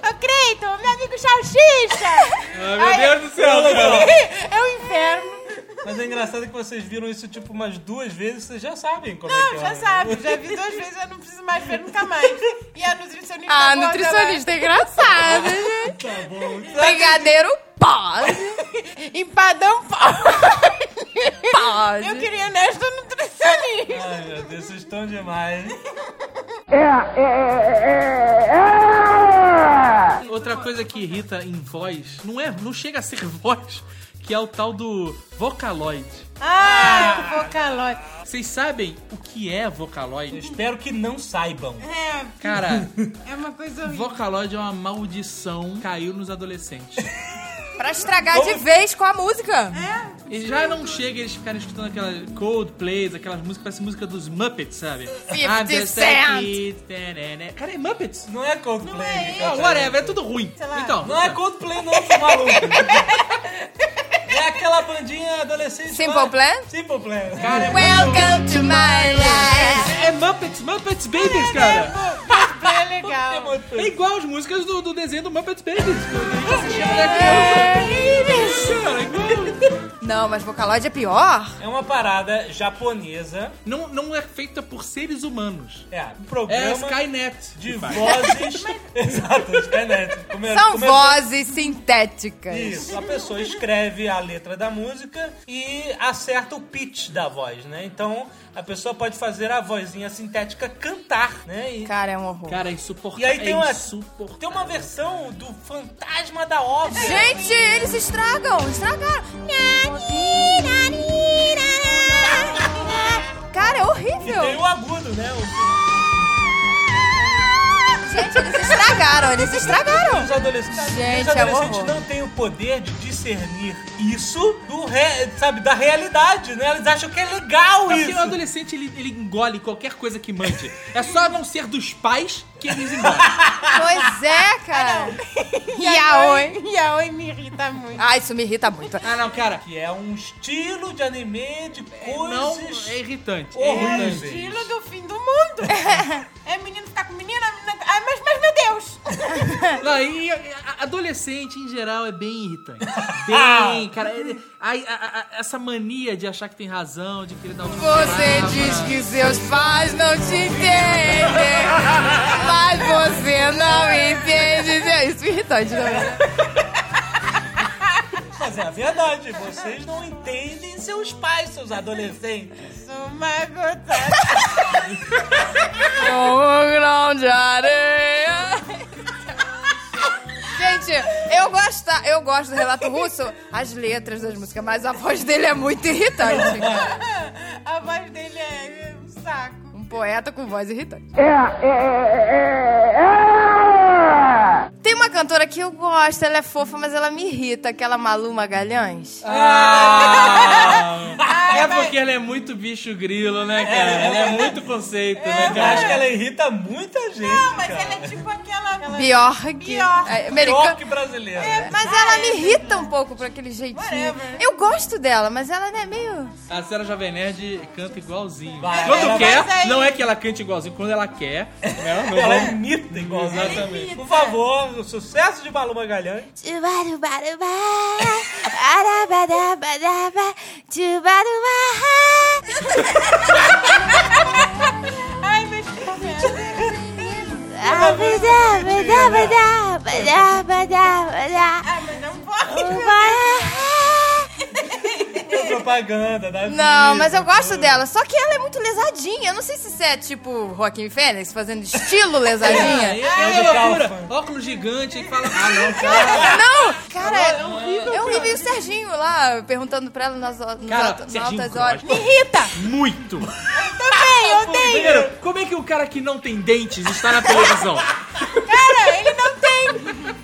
Speaker 3: Ô, Creito, É, meu amigo Salsicha.
Speaker 5: Ah, meu Deus do céu, cara.
Speaker 3: é o inferno.
Speaker 8: Mas é engraçado que vocês viram isso, tipo, umas duas vezes, vocês já sabem como é que
Speaker 3: Não,
Speaker 8: é.
Speaker 5: né?
Speaker 3: já sabe, já vi duas vezes, eu não preciso mais ver nunca mais. E a nutricionista...
Speaker 7: Ah,
Speaker 3: gorda lá.
Speaker 7: nutricionista é engraçado, gente.
Speaker 8: Tá bom.
Speaker 7: Brigadeiro pode,
Speaker 3: né, Empadão, pô.
Speaker 7: pode.
Speaker 3: um Eu queria honesto nutricionista.
Speaker 8: Ai, meu Deus, vocês estão demais.
Speaker 5: Outra coisa que irrita em voz, não é, não chega a ser voz, que é o tal do Vocaloid.
Speaker 7: Ah,
Speaker 3: Ai, Ah, que vocalote.
Speaker 5: Vocês sabem o que é Vocaloid?
Speaker 8: Eu espero que não saibam.
Speaker 3: É,
Speaker 5: Cara,
Speaker 3: é uma coisa horrível.
Speaker 5: Vocaloid é uma maldição que caiu nos adolescentes.
Speaker 7: Pra estragar de vez com a música.
Speaker 8: É.
Speaker 5: E já não chega eles ficarem escutando aquelas Coldplays, aquelas músicas, parece música dos Muppets, sabe? I'm just a
Speaker 7: Cent.
Speaker 5: kid, tarará. Cara, é Muppets?
Speaker 8: Não é Coldplay. Não
Speaker 3: é isso.
Speaker 5: Não, whatever, é tudo ruim.
Speaker 3: Sei lá.
Speaker 5: Então,
Speaker 8: Não é Coldplay não, seu maluco. é aquela bandinha adolescente.
Speaker 7: Simple
Speaker 8: lá.
Speaker 7: Plan?
Speaker 8: Simple Plan.
Speaker 5: Cara, é
Speaker 7: Welcome to my life.
Speaker 5: É Muppets, Muppets Babies, cara.
Speaker 3: Cosplay é legal.
Speaker 5: É igual as músicas do, do desenho do Muppets Babies. Cara, é igual.
Speaker 7: Não, mas Vocaloid é pior.
Speaker 8: É uma parada japonesa.
Speaker 5: Não, não é feita por seres humanos.
Speaker 8: É, um
Speaker 5: É
Speaker 8: programa
Speaker 5: Skynet.
Speaker 8: de
Speaker 5: que faz.
Speaker 8: vozes. Exato, Skynet. Come-
Speaker 7: São
Speaker 8: começou-
Speaker 7: vozes sintéticas.
Speaker 8: Isso, a pessoa escreve a letra da música e acerta o pitch da voz, né? Então a pessoa pode fazer a vozinha sintética cantar, né? E
Speaker 7: Cara, é um horror.
Speaker 5: Cara, é
Speaker 8: E
Speaker 5: insuportável.
Speaker 8: aí tem uma,
Speaker 5: é insuportável.
Speaker 8: tem uma versão do Fantasma da Ópera.
Speaker 7: Gente, eles se estragam, estragaram. Cara, é
Speaker 8: E tem
Speaker 7: horrível.
Speaker 8: o agudo, né? O-
Speaker 7: Gente, eles estragaram, eles estragaram.
Speaker 8: Os adolescentes,
Speaker 7: Gente,
Speaker 8: os
Speaker 7: é
Speaker 8: adolescentes
Speaker 7: horror.
Speaker 8: não têm o poder de discernir isso do re- sabe, da realidade, né? Eles acham que é
Speaker 7: Tá
Speaker 8: legal
Speaker 5: Assim, o
Speaker 8: isso.
Speaker 5: adolescente, ele, ele engole qualquer coisa que mande. É só não ser dos pais que eles engolem.
Speaker 7: Pois é, cara. Yaoi.
Speaker 3: Yaoi me irrita muito.
Speaker 7: Ah, isso me irrita muito.
Speaker 5: Ah, não, cara.
Speaker 8: Que é um estilo de anime de
Speaker 5: Não,
Speaker 8: coisas.
Speaker 5: é irritante. É
Speaker 8: Horríveis.
Speaker 5: irritante.
Speaker 3: Estilo do fim do mundo. é menino ficar com menina, a menina... Ai, mas, mas, meu Deus.
Speaker 5: Não, e a- a- adolescente, em geral, é bem irritante. Bem, cara. ele- a- a- a- essa mania de achar que tem razão, de querer dar um o
Speaker 7: Você diz que seus pais não te entendem, mas você não entende. É Isso me irritante também.
Speaker 8: Mas é a verdade, vocês não entendem seus pais, seus adolescentes.
Speaker 3: Sou uma gota.
Speaker 7: Com um grão de areia. Gente, eu gosto, eu gosto do Relato Russo, as letras das músicas, mas a voz dele é muito irritante. cara.
Speaker 3: A voz dele é um saco.
Speaker 7: Um poeta com voz irritante. Tem uma cantora que eu gosto, ela é fofa, mas ela me irrita, aquela Malu Magalhães.
Speaker 5: Ah, É porque ela é muito bicho grilo, né, cara? Ela é muito conceito, né,
Speaker 8: Eu
Speaker 5: cara?
Speaker 8: acho que ela irrita muita gente.
Speaker 3: Não, mas
Speaker 8: cara.
Speaker 3: ela é tipo aquela Ela-
Speaker 7: Bjork.
Speaker 3: Bjork.
Speaker 7: É,
Speaker 8: Pior
Speaker 7: americana.
Speaker 8: que brasileiro.
Speaker 3: É
Speaker 8: né?
Speaker 7: Mas ela me irrita um pouco por aquele jeitinho.
Speaker 3: Whatever.
Speaker 7: Eu gosto dela, mas ela né, meio.
Speaker 5: A senhora Jovem Nerd canta igualzinho.
Speaker 8: Vai,
Speaker 5: Quando
Speaker 8: vai,
Speaker 5: quer,
Speaker 3: vai.
Speaker 5: não é que ela cante igualzinho, quando ela quer. né? Não, não
Speaker 8: Ela
Speaker 5: vamos-
Speaker 8: imita igualzinho.
Speaker 5: Exatamente.
Speaker 8: Por favor, o sucesso de Malu Magalhães.
Speaker 7: Tchubarubá, arabadabadaba, tchubarubá.
Speaker 3: Ai, mas que merda. Ai, mas não pode.
Speaker 8: É propaganda da
Speaker 7: Não,
Speaker 8: vida.
Speaker 7: mas eu gosto dela. Só que ela é muito lesadinha. Eu não sei se você é tipo Joaquim Fênix, fazendo estilo
Speaker 5: Ah,
Speaker 7: lesadinha.
Speaker 5: é, é
Speaker 8: É o
Speaker 5: uma loucura.
Speaker 8: Kaufman.
Speaker 5: Óculos gigante, aí fala. Ah, não, cara.
Speaker 7: Não! Cara, é horrível. Eu vivi o Serginho lá, perguntando pra ela nas, nas,
Speaker 5: Cara,
Speaker 7: altas- nas
Speaker 5: Serginho
Speaker 7: altas
Speaker 5: Gross.
Speaker 7: horas. Me irrita!
Speaker 5: Muito.
Speaker 3: Também, eu odeio.
Speaker 5: Primeiro, como é que o cara que não tem dentes está na televisão?
Speaker 3: Cara, ele não tem.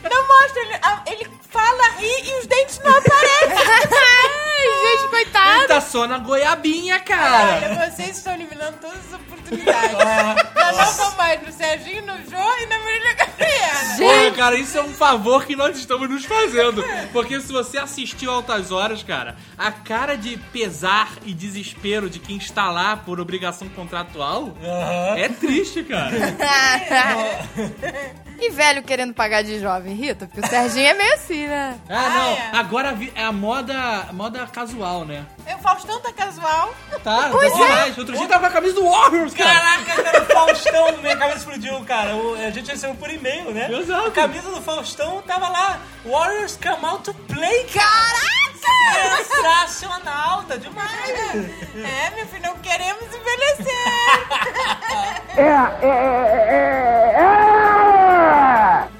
Speaker 3: Não mostra. Ele, ah, ele fala, ri e os dentes não
Speaker 7: Ai, gente,
Speaker 5: Ele
Speaker 7: coitado!
Speaker 5: tá só na goiabinha, cara.
Speaker 3: aparecem. é, Vocês estão eliminando todas as oportunidades. Eu não vou mais no Serginho, no Jô e na Marília Gabriela.
Speaker 5: Porra, cara, isso é um favor que nós estamos nos fazendo. Porque se você assistiu Altas Horas, cara, a cara de pesar e desespero de quem está lá por obrigação contratual é triste, cara.
Speaker 7: e velho querendo pagar de jovem, Rita, porque o Serginho é meio assim, né?
Speaker 5: Ah, não.
Speaker 3: é.
Speaker 5: Agora vi- é a moda, moda casual, né?
Speaker 3: O Faustão tá casual.
Speaker 5: Tá, tá demais. Outro dia tava com a camisa do Warriors, cara.
Speaker 8: Caraca, cara, o Faustão, minha cabeça explodiu, cara. O- a gente recebeu por e-mail, né?
Speaker 5: Exato.
Speaker 8: A camisa do Faustão tava lá. Warriors come out to play,
Speaker 7: Caraca!
Speaker 8: cara. Sensacional, tá demais.
Speaker 3: É, meu filho, não queremos envelhecer.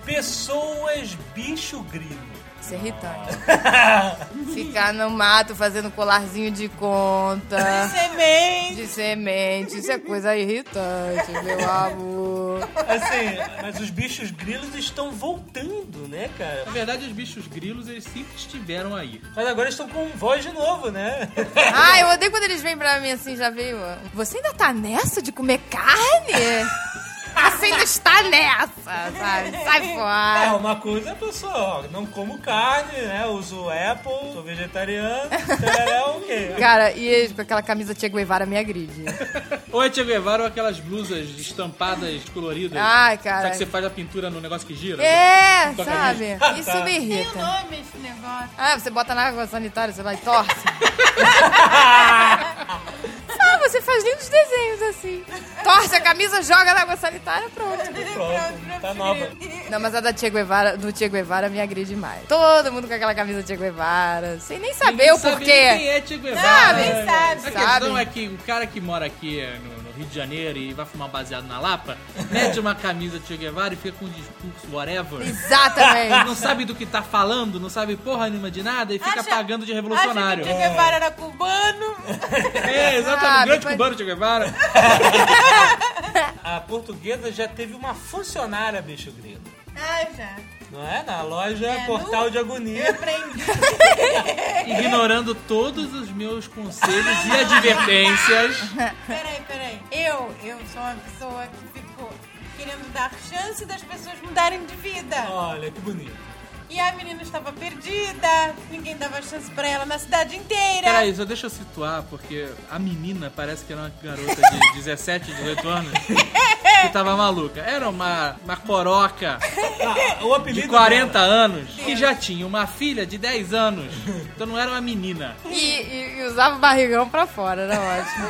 Speaker 8: Pessoas bicho grilo.
Speaker 7: Isso é irritante. Ficar no mato fazendo colarzinho de conta.
Speaker 3: Semente.
Speaker 7: De semente, isso é coisa irritante, meu amor.
Speaker 8: Assim, mas os bichos grilos estão voltando, né, cara?
Speaker 5: Na verdade, os bichos grilos, eles sempre estiveram aí.
Speaker 8: Mas agora estão com voz de novo, né?
Speaker 7: Ai, eu odeio quando eles vêm pra mim assim, já veio. Você ainda tá nessa de comer carne? Você ainda está nessa, sabe? Sai
Speaker 8: É,
Speaker 7: fora.
Speaker 8: uma coisa, pessoal, não como carne, né? Uso Apple, sou vegetariano, então é ok.
Speaker 7: Cara, e eles com aquela camisa Che Guevara me agride.
Speaker 5: Ou é Che Guevara ou aquelas blusas estampadas coloridas.
Speaker 7: Ai, cara.
Speaker 5: Sabe que você faz a pintura no negócio que gira? né?
Speaker 7: É,
Speaker 5: Com a
Speaker 7: sabe?
Speaker 8: Ah,
Speaker 5: camisa.
Speaker 8: tá.
Speaker 7: Isso me
Speaker 3: Tem o
Speaker 7: irrita.
Speaker 3: nome esse negócio.
Speaker 7: Ah, você bota na água sanitária, você vai e torce. Ah, você faz lindos desenhos assim. Torce a camisa, joga na água sanitária, pronto.
Speaker 8: Pronto, tá nova.
Speaker 7: Não, mas a da Che Guevara, do Che Guevara me agride mais. Todo mundo com aquela camisa Che Guevara, sem nem saber o
Speaker 5: Sabe Quem
Speaker 7: porquê.
Speaker 5: é Che Guevara?
Speaker 7: Sabe,
Speaker 5: né?
Speaker 3: sabe,
Speaker 5: A questão
Speaker 7: sabe.
Speaker 5: é que o cara que mora aqui é, no, no Rio de Janeiro e vai fumar baseado na Lapa, mete uma camisa Che Guevara e fica com um discurso whatever.
Speaker 7: Exatamente.
Speaker 5: Não sabe do que tá falando, não sabe porra nenhuma de nada e fica
Speaker 3: Acha-
Speaker 5: pagando de
Speaker 3: Acha que
Speaker 5: revolucionário.
Speaker 3: o Che Guevara era cubano.
Speaker 5: É, exatamente.
Speaker 7: Ah,
Speaker 5: grande
Speaker 7: depois-
Speaker 5: cubano Che Guevara.
Speaker 8: A portuguesa já teve uma funcionária bicho grilo.
Speaker 3: Ah, já.
Speaker 8: Não é? Na loja
Speaker 3: É,
Speaker 8: Portal
Speaker 3: no-
Speaker 8: de Agonia.
Speaker 3: Aprendi.
Speaker 5: Ignorando todos os meus conselhos e advertências.
Speaker 3: Peraí, peraí. Eu, eu sou uma pessoa que ficou querendo dar chance das pessoas mudarem de vida.
Speaker 8: Olha, que bonito.
Speaker 3: E a menina estava perdida, ninguém dava chance pra ela na cidade inteira.
Speaker 5: Peraí, só deixa eu situar, porque a menina parece que era uma garota de 17, 18 anos que tava maluca. Era uma, uma coroca
Speaker 8: Ah, o apelido
Speaker 5: de 40 anos que já tinha uma filha de 10 anos. Então não era uma menina.
Speaker 7: E, e- e usava o barrigão pra fora, era ótimo.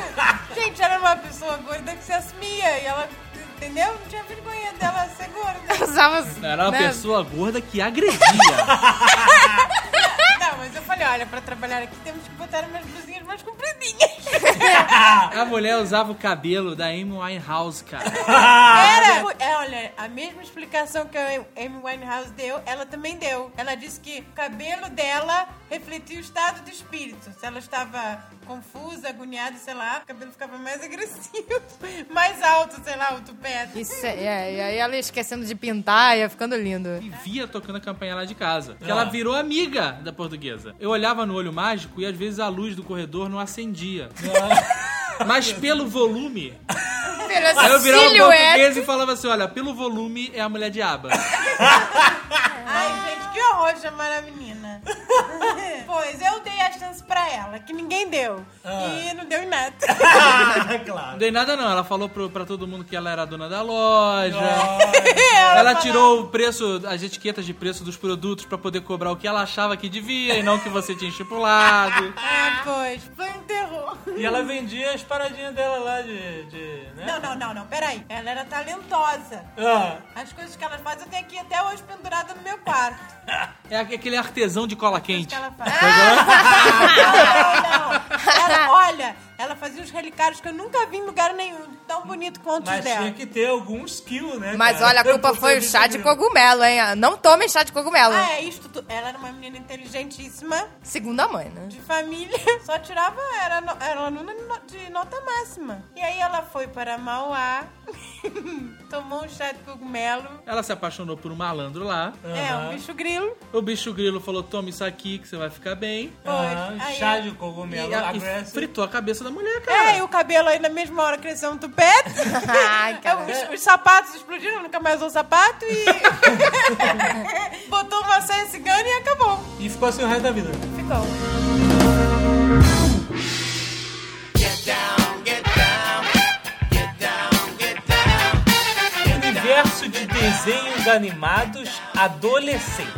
Speaker 3: Gente, era uma pessoa gorda que se assumia e ela, entendeu? Não tinha vergonha dela ser gorda.
Speaker 7: Usava.
Speaker 5: Era uma
Speaker 7: né?
Speaker 5: pessoa gorda que agredia.
Speaker 3: Não, mas eu falei, olha, pra trabalhar aqui temos que botar umas blusinhas mais compridinhas.
Speaker 5: A mulher usava o cabelo da Amy Winehouse, cara.
Speaker 3: Era, é, olha, a mesma explicação que a Amy Winehouse deu, ela também deu. Ela disse que o cabelo dela refletia o estado do espírito. Se ela estava confusa, agoniada, sei lá, o cabelo ficava mais agressivo, mais alto, sei lá, o tupete.
Speaker 7: Isso é, é, e aí ela ia esquecendo de pintar, ia ficando lindo.
Speaker 5: E via tocando a campanha lá de casa. Que ela virou amiga da portuguesa. Eu olhava no olho mágico e às vezes a luz do corredor não acendia. Mas pelo volume,
Speaker 7: filho,
Speaker 5: Aí eu
Speaker 7: esse
Speaker 5: virava um
Speaker 7: silhueta.
Speaker 5: português e falava assim, olha, pelo volume é a mulher diaba.
Speaker 3: Ai, gente, que horror chamar a menina. pois, eu dei a chance pra ela, que ninguém deu. E não deu em nada.
Speaker 2: Ah,
Speaker 5: Não
Speaker 2: claro.
Speaker 5: dei nada não, ela falou pro, pra todo mundo que ela era a dona da loja.
Speaker 3: ela
Speaker 5: Ela
Speaker 3: falou,
Speaker 5: tirou o preço, as etiquetas de preço dos produtos pra poder cobrar o que ela achava que devia e não o que você tinha estipulado.
Speaker 3: Ah, pois, foi um terror.
Speaker 2: E ela vendia as paradinhas dela lá de. de né?
Speaker 3: Não, não, não, não, peraí. Ela era talentosa.
Speaker 2: Ah,
Speaker 3: As coisas que ela faz eu tenho aqui até hoje pendurada no meu quarto.
Speaker 5: É aquele artesão de cola
Speaker 3: As coisas
Speaker 5: quente.
Speaker 3: que ela faz.
Speaker 2: é.
Speaker 3: Ah, não, não, não. Ela, olha, ela fazia uns relicários que eu nunca vi em lugar nenhum. Tão bonito quanto os
Speaker 2: mas
Speaker 3: dela.
Speaker 2: tinha que ter algum skill, né?
Speaker 7: Mas
Speaker 2: cara?
Speaker 7: olha, a culpa
Speaker 2: Porque
Speaker 7: foi o
Speaker 2: eles
Speaker 7: chá de
Speaker 2: viram.
Speaker 7: cogumelo, hein? Não tomem chá de cogumelo.
Speaker 3: Ah, é isto. tu- Ela era uma menina inteligentíssima,
Speaker 7: Segundo a mãe, né?
Speaker 3: de família. Só tirava. Era, no- era aluna no- de nota máxima. E aí ela foi para Mauá, tomou um chá de cogumelo.
Speaker 5: Ela se apaixonou por um malandro lá.
Speaker 3: É, um bicho grilo.
Speaker 5: O bicho grilo falou: tome isso aqui que você vai ficar bem.
Speaker 3: Foi.
Speaker 2: Ah,
Speaker 3: Aí
Speaker 2: chá
Speaker 3: ela-
Speaker 2: de
Speaker 5: E,
Speaker 2: cogumelo.
Speaker 5: a- e
Speaker 2: agressivo.
Speaker 5: fritou a cabeça da mulher, cara.
Speaker 3: É, e o cabelo aí na mesma hora cresceu um tupete.
Speaker 2: um
Speaker 7: Ai, cara.
Speaker 3: É, os, os sapatos explodiram, nunca mais usou sapato e. Botou uma saia cigana e acabou.
Speaker 2: E ficou assim o resto da vida.
Speaker 3: Ficou.
Speaker 2: Universo de desenhos animados adolescentes.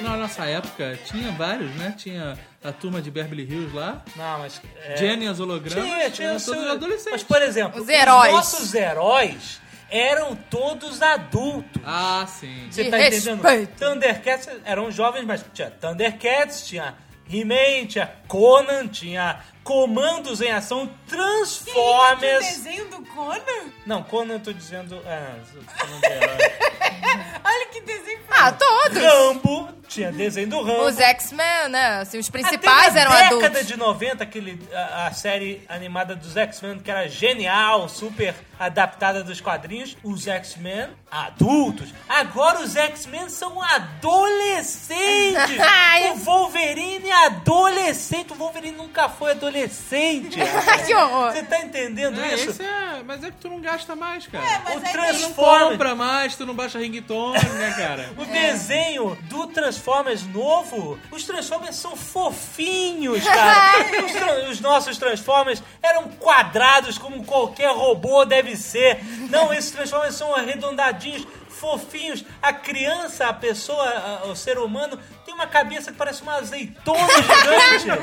Speaker 5: Na nossa época tinha vários, né? Tinha a turma de Beverly Hills lá.
Speaker 2: Não, mas. é-
Speaker 5: Jenny as hologramas.
Speaker 2: Tinha, tinha
Speaker 5: eram
Speaker 2: o seu-
Speaker 5: todos adolescentes.
Speaker 2: Mas, por exemplo,
Speaker 7: Os heróis.
Speaker 2: nossos heróis eram todos adultos.
Speaker 5: Ah, sim.
Speaker 2: Você
Speaker 7: De
Speaker 2: tá entendendo?
Speaker 7: respeito.
Speaker 2: Thundercats eram jovens, mas tinha Thundercats, tinha He-Man, tinha Conan, tinha Comandos em Ação,
Speaker 3: Que
Speaker 2: Transformers.
Speaker 3: desenho do Conan?
Speaker 2: Não, Conan eu tô dizendo. Ah, Conan de herói.
Speaker 3: Olha que desenho.
Speaker 7: Ah, todos.
Speaker 2: Rambo, tinha desenho do Rambo.
Speaker 7: Os X-Men, né? Assim, os
Speaker 2: Até
Speaker 7: principais
Speaker 2: na
Speaker 7: eram
Speaker 2: década
Speaker 7: adultos.
Speaker 2: de 90, aquele, a, a série animada dos X-Men, que era genial, super adaptada dos quadrinhos. Os X-Men, adultos. Agora os X-Men são adolescentes.
Speaker 7: Ai.
Speaker 2: o Wolverine é adolescente. O Wolverine nunca foi adolescente.
Speaker 7: Ai, que horror.
Speaker 2: Você tá entendendo
Speaker 5: É,
Speaker 2: isso?
Speaker 5: esse é, mas é que tu não gasta mais, cara.
Speaker 7: é
Speaker 3: Mas
Speaker 2: O
Speaker 3: aí tem-
Speaker 5: Tu
Speaker 2: Transformers.
Speaker 5: compra mais, tu não baixa ringtone, né, cara?
Speaker 2: O desenho do Transformers novo, os Transformers são fofinhos, cara. os, tra- os nossos Transformers eram quadrados como qualquer robô deve ser. Não, esses Transformers são arredondadinhos, fofinhos. A criança, a pessoa, a- o ser humano tem uma cabeça que parece uma azeitona gigante.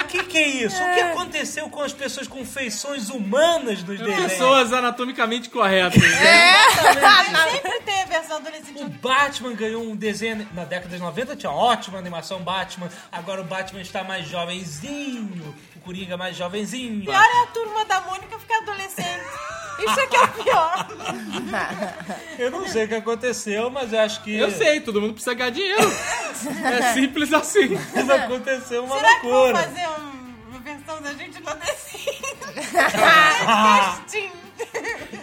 Speaker 2: O que, que é isso? O que aconteceu com as pessoas com feições humanas nos desenhos?
Speaker 5: Pessoas anatomicamente corretas.
Speaker 2: É.
Speaker 5: né?
Speaker 3: Sempre teve essa adolescente.
Speaker 2: O Batman ganhou um desenho. Na década de 90 tinha ótima animação Batman. Agora o Batman está mais jovenzinho. O Coringa mais jovenzinho.
Speaker 3: Pior é a turma da Mônica ficar adolescente. Isso é que é o pior.
Speaker 2: Eu não sei o que aconteceu, mas eu acho que.
Speaker 5: Eu sei, todo mundo precisa ganhar dinheiro. É simples assim.
Speaker 2: Mas aconteceu uma
Speaker 3: Será que vão
Speaker 2: loucura.
Speaker 3: fazer um- uma versão da gente adolescente? Casting.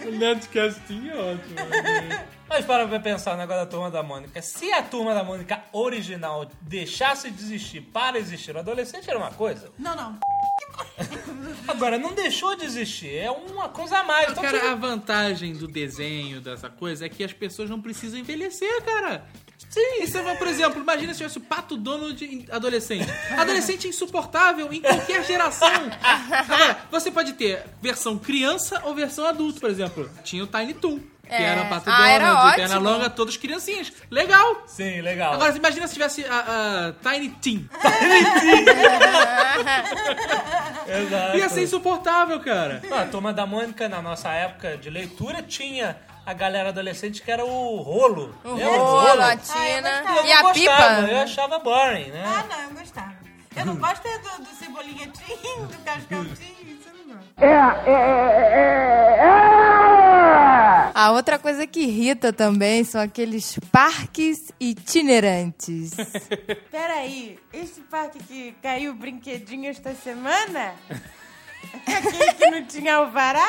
Speaker 5: O Nerdcastinho é ótimo.
Speaker 2: Mas para pra pensar no negócio da turma da Mônica. Se a turma da Mônica original deixasse de existir para existir o adolescente, era uma coisa.
Speaker 3: Não, não.
Speaker 2: Agora, não deixou de existir. É uma coisa a mais. Então,
Speaker 5: Cara, a
Speaker 2: você-
Speaker 5: vantagem do desenho, dessa coisa, é que as pessoas não precisam envelhecer, cara. Sim. Isso é, por exemplo, imagina se tivesse o Pato Donald em- adolescente. Adolescente é insuportável em qualquer geração. Agora, você pode ter versão criança ou versão adulto, por exemplo. Tinha o Tiny Toon, que
Speaker 7: É.
Speaker 5: era Pato
Speaker 7: Ah, era
Speaker 5: Donald,
Speaker 7: ótimo.
Speaker 5: Perna Longa, todos criancinhas. Legal.
Speaker 2: Sim, legal.
Speaker 5: Agora, imagina se tivesse a, a Tiny Teen.
Speaker 2: Exato.
Speaker 5: Ia ser insuportável, cara.
Speaker 2: Não, a turma da Mônica, na nossa época de leitura, tinha a galera adolescente que era o rolo.
Speaker 7: O
Speaker 2: Lembra do
Speaker 7: rolo, a
Speaker 3: Ah, eu
Speaker 7: Tina.
Speaker 3: gostava.
Speaker 7: E a
Speaker 2: gostava, Eu
Speaker 7: pipa.
Speaker 2: achava boring, né?
Speaker 3: Ah, não, eu gostava. Eu não gosto é do, do cebolinha tim, do cascão tim, isso eu não gosto.
Speaker 7: A outra coisa que irrita também são aqueles parques itinerantes.
Speaker 3: Peraí, esse parque que caiu o brinquedinho esta semana? Aquele que não tinha alvará?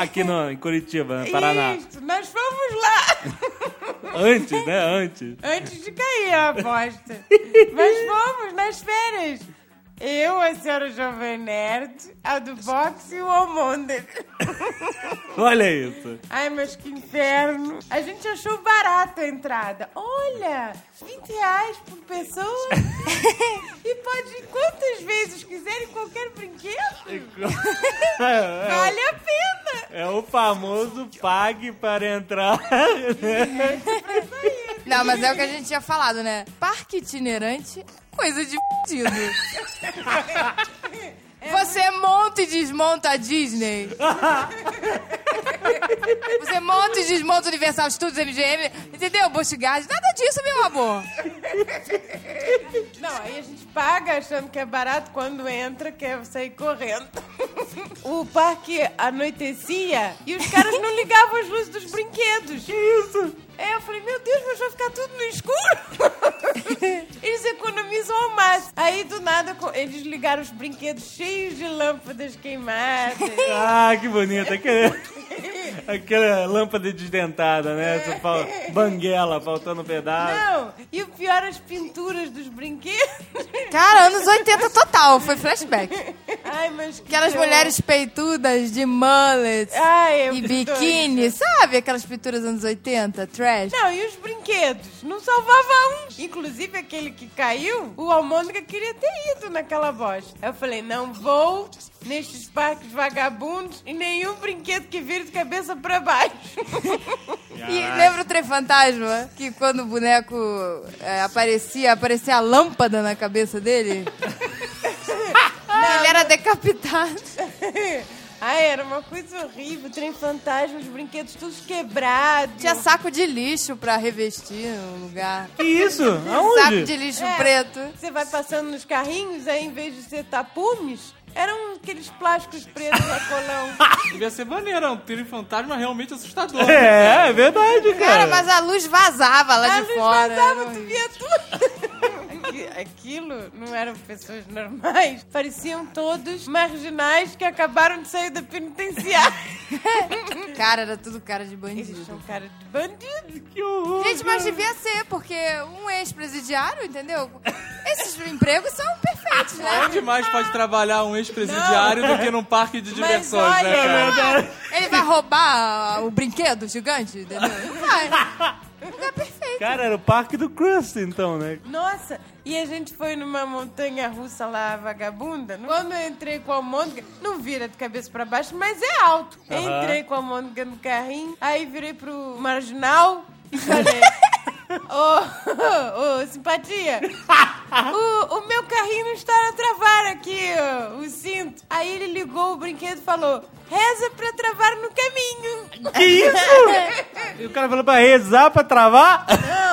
Speaker 9: Aqui não, em Curitiba, né? Paraná.
Speaker 3: Isso, nós fomos lá!
Speaker 9: Antes, né? Antes.
Speaker 3: Antes de cair a aposta. Mas fomos nas férias. Eu, a senhora Jovem Nerd, a do boxe e o Almonder.
Speaker 2: Olha isso.
Speaker 3: Ai, mas que inferno. A gente achou barato a entrada. Olha, 20 reais por pessoa. e pode ir quantas vezes quiser em qualquer brinquedo. Vale a pena.
Speaker 2: É o famoso pague para entrar.
Speaker 7: Não, mas é o que a gente tinha falado, né? Parque itinerante é coisa de fudido. Você monta e desmonta a Disney. Você monta e desmonta Universal Studios, MGM, entendeu? Busch Gardens, nada disso, meu amor.
Speaker 3: Não, aí a gente paga achando que é barato quando entra, quer sair correndo. o parque anoitecia e os caras não ligavam as luzes dos brinquedos. Que isso? É, eu falei, meu Deus, mas vai ficar tudo no escuro? eles economizam ao máximo. Aí, do nada, co- eles ligaram os brinquedos cheios de lâmpadas queimadas.
Speaker 2: Ah, que bonito. Aquele- Aquela lâmpada desdentada, né? Você fala, banguela, faltando um pedaço.
Speaker 3: Não, e o pior, as pinturas dos brinquedos.
Speaker 7: Cara, anos 80 total, foi flashback.
Speaker 3: Ai, mas que
Speaker 7: Aquelas
Speaker 3: horror.
Speaker 7: mulheres peitudas de mullets
Speaker 3: Ai, é
Speaker 7: e
Speaker 3: muito
Speaker 7: biquíni, sabe? Aquelas pinturas anos 80, trash.
Speaker 3: Não, e os brinquedos? Não salvava um. Inclusive, aquele que caiu, o Almôndega queria ter ido naquela bosta. Eu falei, não vou nestes parques vagabundos e nenhum brinquedo que vira de cabeça pra baixo.
Speaker 7: E lembra o Trem Fantasma? Que quando o boneco é, aparecia, aparecia a lâmpada na cabeça dele? ele era decapitado.
Speaker 3: Ai, era uma coisa horrível. Trem fantasma, os brinquedos todos quebrados.
Speaker 7: Tinha saco de lixo pra revestir no lugar.
Speaker 2: Que isso?
Speaker 7: Saco
Speaker 2: Aonde?
Speaker 7: de lixo
Speaker 3: É.
Speaker 7: preto.
Speaker 3: Você vai passando nos carrinhos, aí em vez de ser tapumes, eram aqueles plásticos pretos a colão.
Speaker 5: Devia ser maneiro, é um trilho fantasma realmente assustador.
Speaker 2: É, é verdade, cara.
Speaker 7: Cara, mas a luz vazava lá
Speaker 3: A
Speaker 7: de
Speaker 3: luz
Speaker 7: fora. né?
Speaker 3: vazava,
Speaker 7: Era
Speaker 3: tu via tudo. né, Aqui- Aquilo não eram pessoas normais. Pareciam todos marginais que acabaram de sair da penitenciária.
Speaker 7: horrível. Cara, era tudo cara de
Speaker 3: Eles são
Speaker 7: bandido.
Speaker 3: cara de bandido.
Speaker 7: Gente, mas devia ser, porque um ex-presidiário, entendeu? Esses empregos são perfeitos, né?
Speaker 5: Onde mais pode trabalhar um ex-presidiário do que num parque de
Speaker 3: Mas
Speaker 5: diversões, né, cara?
Speaker 3: olha,
Speaker 7: Ele vai roubar o brinquedo gigante, entendeu? Não vai. Lugar perfeito.
Speaker 2: Cara, era o parque do Krusty, então, né?
Speaker 3: nossa, e a gente foi numa montanha russa lá, vagabunda. Quando eu entrei com a almôndega, não vira de cabeça pra baixo, mas é alto. Entrei com a almôndega no carrinho, aí virei pro marginal e falei... Ô, ô, simpatia, O, o meu carrinho não está na travar aqui, ó, o cinto. Aí ele ligou o brinquedo e falou: reza pra travar no caminho.
Speaker 2: Que isso? E o cara falou pra rezar, pra travar?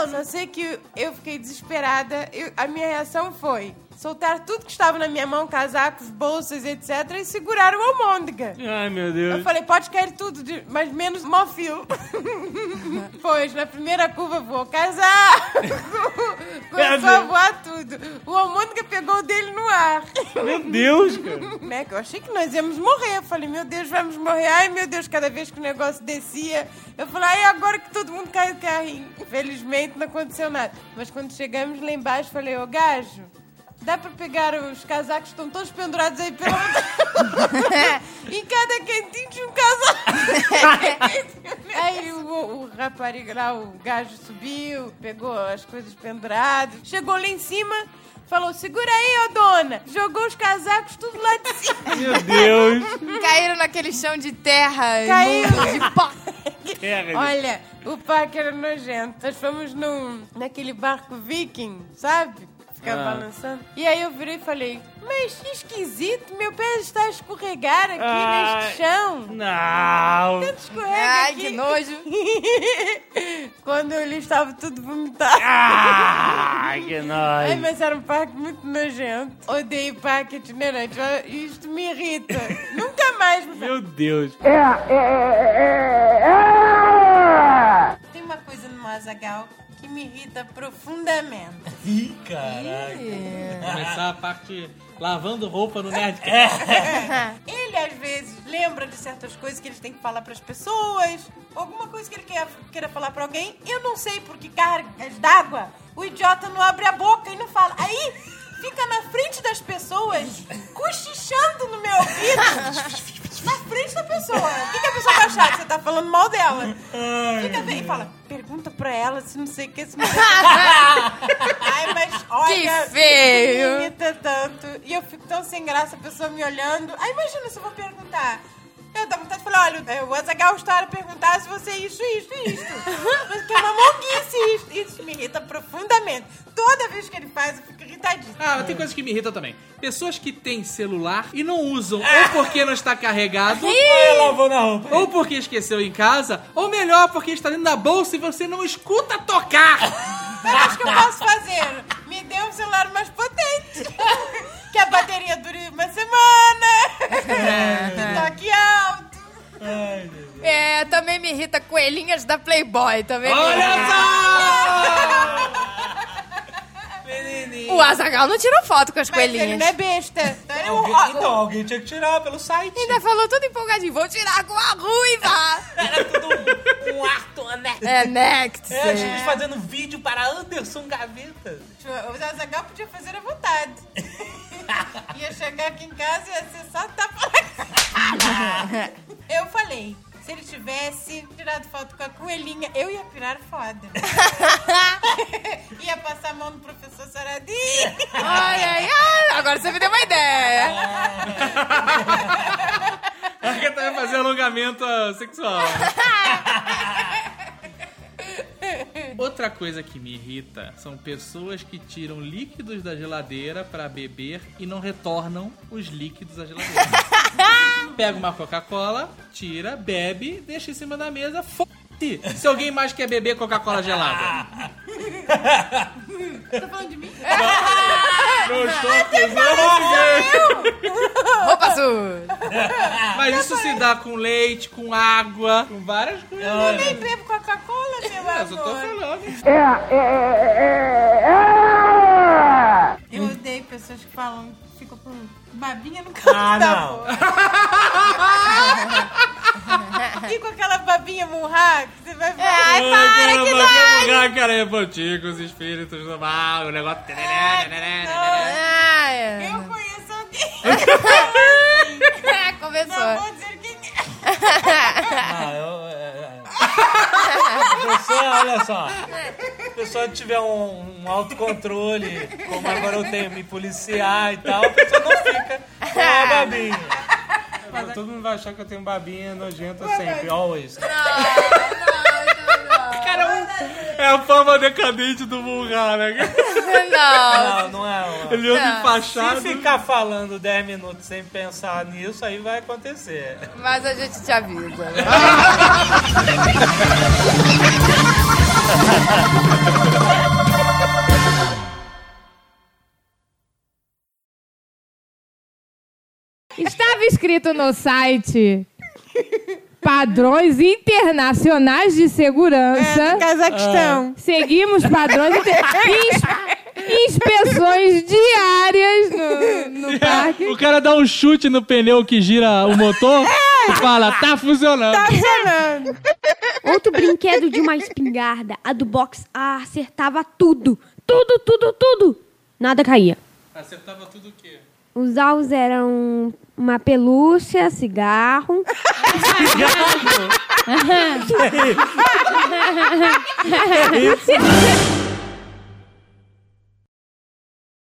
Speaker 3: Não, não sei que eu fiquei desesperada. Eu- a minha reação foi soltar tudo que estava na minha mão, casacos, bolsas, etc., e segurar o almôndega.
Speaker 5: É.
Speaker 2: Ai, meu
Speaker 3: Eu
Speaker 2: Deus.
Speaker 3: falei, pode cair tudo, de- mas menos mó fio. pois, na primeira curva vou casar. Começou a voar tudo. O almôndega pegou o dele no ar.
Speaker 2: Meu Deus, cara.
Speaker 3: Né, que Eu achei que nós íamos morrer. Eu falei, meu Deus, vamos morrer. Ai, meu Deus, cada vez que o negócio descia, eu falei, ai, agora que todo mundo caiu do carrinho. Felizmente não aconteceu nada. Mas quando chegamos lá embaixo, eu falei, ô gajo, dá pra pegar os casacos que estão todos pendurados aí pela. em cada cantinho tinha um casaco. aí o, o rapariga lá, o gajo subiu, pegou as coisas penduradas, chegou lá em cima. Falou, segura aí, ô dona! Jogou os casacos tudo lá de cima.
Speaker 2: Meu Deus.
Speaker 7: Caíram naquele chão de terra,
Speaker 3: Caíram.
Speaker 7: imundo, de pó.
Speaker 2: Cara,
Speaker 3: Olha, o parque era nojento. Nós fomos num, naquele barco viking, sabe? Ficava balançando. E aí eu virei e falei, mas que esquisito, meu pé está a escorregar aqui
Speaker 2: Ai.
Speaker 3: neste chão.
Speaker 2: Não.
Speaker 3: Tanto escorrega
Speaker 7: Ai,
Speaker 3: aqui.
Speaker 7: que nojo.
Speaker 3: Quando eu li, estava tudo vomitado.
Speaker 2: Ai, que
Speaker 3: Ai,
Speaker 2: nóis.
Speaker 3: mas era um parque muito nojento. Odeio parque itinerante. Isto me irrita. Nunca mais me
Speaker 2: Meu Deus.
Speaker 3: Tem uma coisa no Azagal que me irrita profundamente.
Speaker 10: Ih, caraca.
Speaker 2: É.
Speaker 5: Começar a parte lavando roupa no nerd.
Speaker 3: Ele às vezes lembra de certas coisas que ele tem que falar pras pessoas, alguma coisa que ele quer, queira falar pra alguém. Eu não sei por que cargas d'água o idiota não abre a boca e não fala. Aí fica na frente das pessoas, cochichando no meu ouvido. Na frente da pessoa. O que, que a pessoa vai achar? Que você tá falando mal dela. Fica bem e fala, pergunta pra ela se não sei o que, se não sei o que. Ai, mas olha...
Speaker 7: Que feio.
Speaker 3: Me irrita tanto. E eu fico tão sem graça, a pessoa me olhando. Aí imagina se eu vou perguntar. Eu dá vontade de falar, olha, eu vou zagar o história e perguntar se você é isso, isso, isso. Mas que é uma monguice isso. Isso me irrita profundamente. Toda vez que ele faz, eu fico irritadíssima.
Speaker 5: Ah, mas tem coisas que me irritam também. Pessoas que têm celular e não usam,
Speaker 2: É.
Speaker 5: ou porque não está carregado,
Speaker 2: Aí ela lavou na roupa.
Speaker 5: ou porque esqueceu em casa, ou melhor, porque está dentro da bolsa e você não escuta tocar.
Speaker 3: Mas o que eu posso fazer? Me dê um celular mais potente. Que a bateria dure uma semana. Toque alto.
Speaker 7: É, também me irrita coelhinhas da Playboy, também me irrita.
Speaker 5: Olha
Speaker 7: O Azagal não tirou foto com as
Speaker 3: Mas ele
Speaker 7: coelhinhas.
Speaker 3: não é besta. Então, ele é um
Speaker 2: Alguém-
Speaker 3: ó-
Speaker 2: então, alguém tinha que tirar pelo site.
Speaker 7: Ainda falou todo empolgadinho, vou tirar com a ruiva!
Speaker 2: Era tudo um, um Arthur, né?
Speaker 7: é, next!
Speaker 2: É, a gente fazendo vídeo para Anderson Gaveta.
Speaker 3: O Zazagal podia fazer à vontade. ia chegar aqui em casa e ia ser só tapa na cara. Eu falei, se ele tivesse tirado foto com a coelhinha, eu ia pirar foda. ia passar a mão no professor Saradinho.
Speaker 7: Olha aí, ah, agora você me deu uma ideia!
Speaker 5: só! Eu também fazer alongamento ah, sexual. Outra coisa que me irrita são pessoas que tiram líquidos da geladeira pra beber e não retornam os líquidos à geladeira. Pega uma Coca-Cola, tira, bebe, deixa em cima da mesa, f***te! Se alguém mais quer beber Coca-Cola gelada.
Speaker 2: Não estou acusando
Speaker 7: Roupa suja!
Speaker 5: Mas isso se dá com leite, com água, com várias coisas.
Speaker 3: Eu nem bebo Coca-Cola, meu
Speaker 5: Eu só tô
Speaker 3: amor.
Speaker 5: falando.
Speaker 3: Eu odeio pessoas que falam, ficam com babinha no canto
Speaker 2: Ah,
Speaker 3: da
Speaker 2: não.
Speaker 3: boca. E com aquela babinha murra que você
Speaker 5: É,
Speaker 3: vai falar.
Speaker 7: É, Ai, para que dá!
Speaker 5: lugar, cara, é contigo, os espíritos do mal, o negócio...
Speaker 7: Ai,
Speaker 3: Eu conheço alguém.
Speaker 7: é,
Speaker 3: Não
Speaker 7: começou!
Speaker 3: vou dizer quem é.
Speaker 2: Ah, eu. é, é. Pessoa, olha só. Se a pessoa tiver um, um autocontrole, como agora eu tenho, me policiar e tal, a pessoa não fica com a babinha. Todo mundo vai achar que eu tenho babinha nojenta sempre, always.
Speaker 5: É a fama decadente do vulgar, né?
Speaker 2: Não,
Speaker 7: Não,
Speaker 2: não é.
Speaker 5: Ele anda
Speaker 2: Se
Speaker 5: empachado.
Speaker 2: ficar falando 10 minutos sem pensar nisso, aí vai acontecer.
Speaker 7: mas a gente te avisa.
Speaker 11: Estava escrito no site padrões internacionais de segurança.
Speaker 3: Cazaquistão.
Speaker 11: Seguimos padrões inter... ins- inspeções diárias no, no parque.
Speaker 5: O cara dá um chute no pneu que gira o motor e fala,
Speaker 2: Ah,
Speaker 5: tá funcionando.
Speaker 12: Outro brinquedo de uma espingarda, a do box A acertava tudo. Tudo, tudo, tudo. Nada caía.
Speaker 5: Acertava tudo o quê?
Speaker 12: Os alvos eram uma pelúcia, cigarro.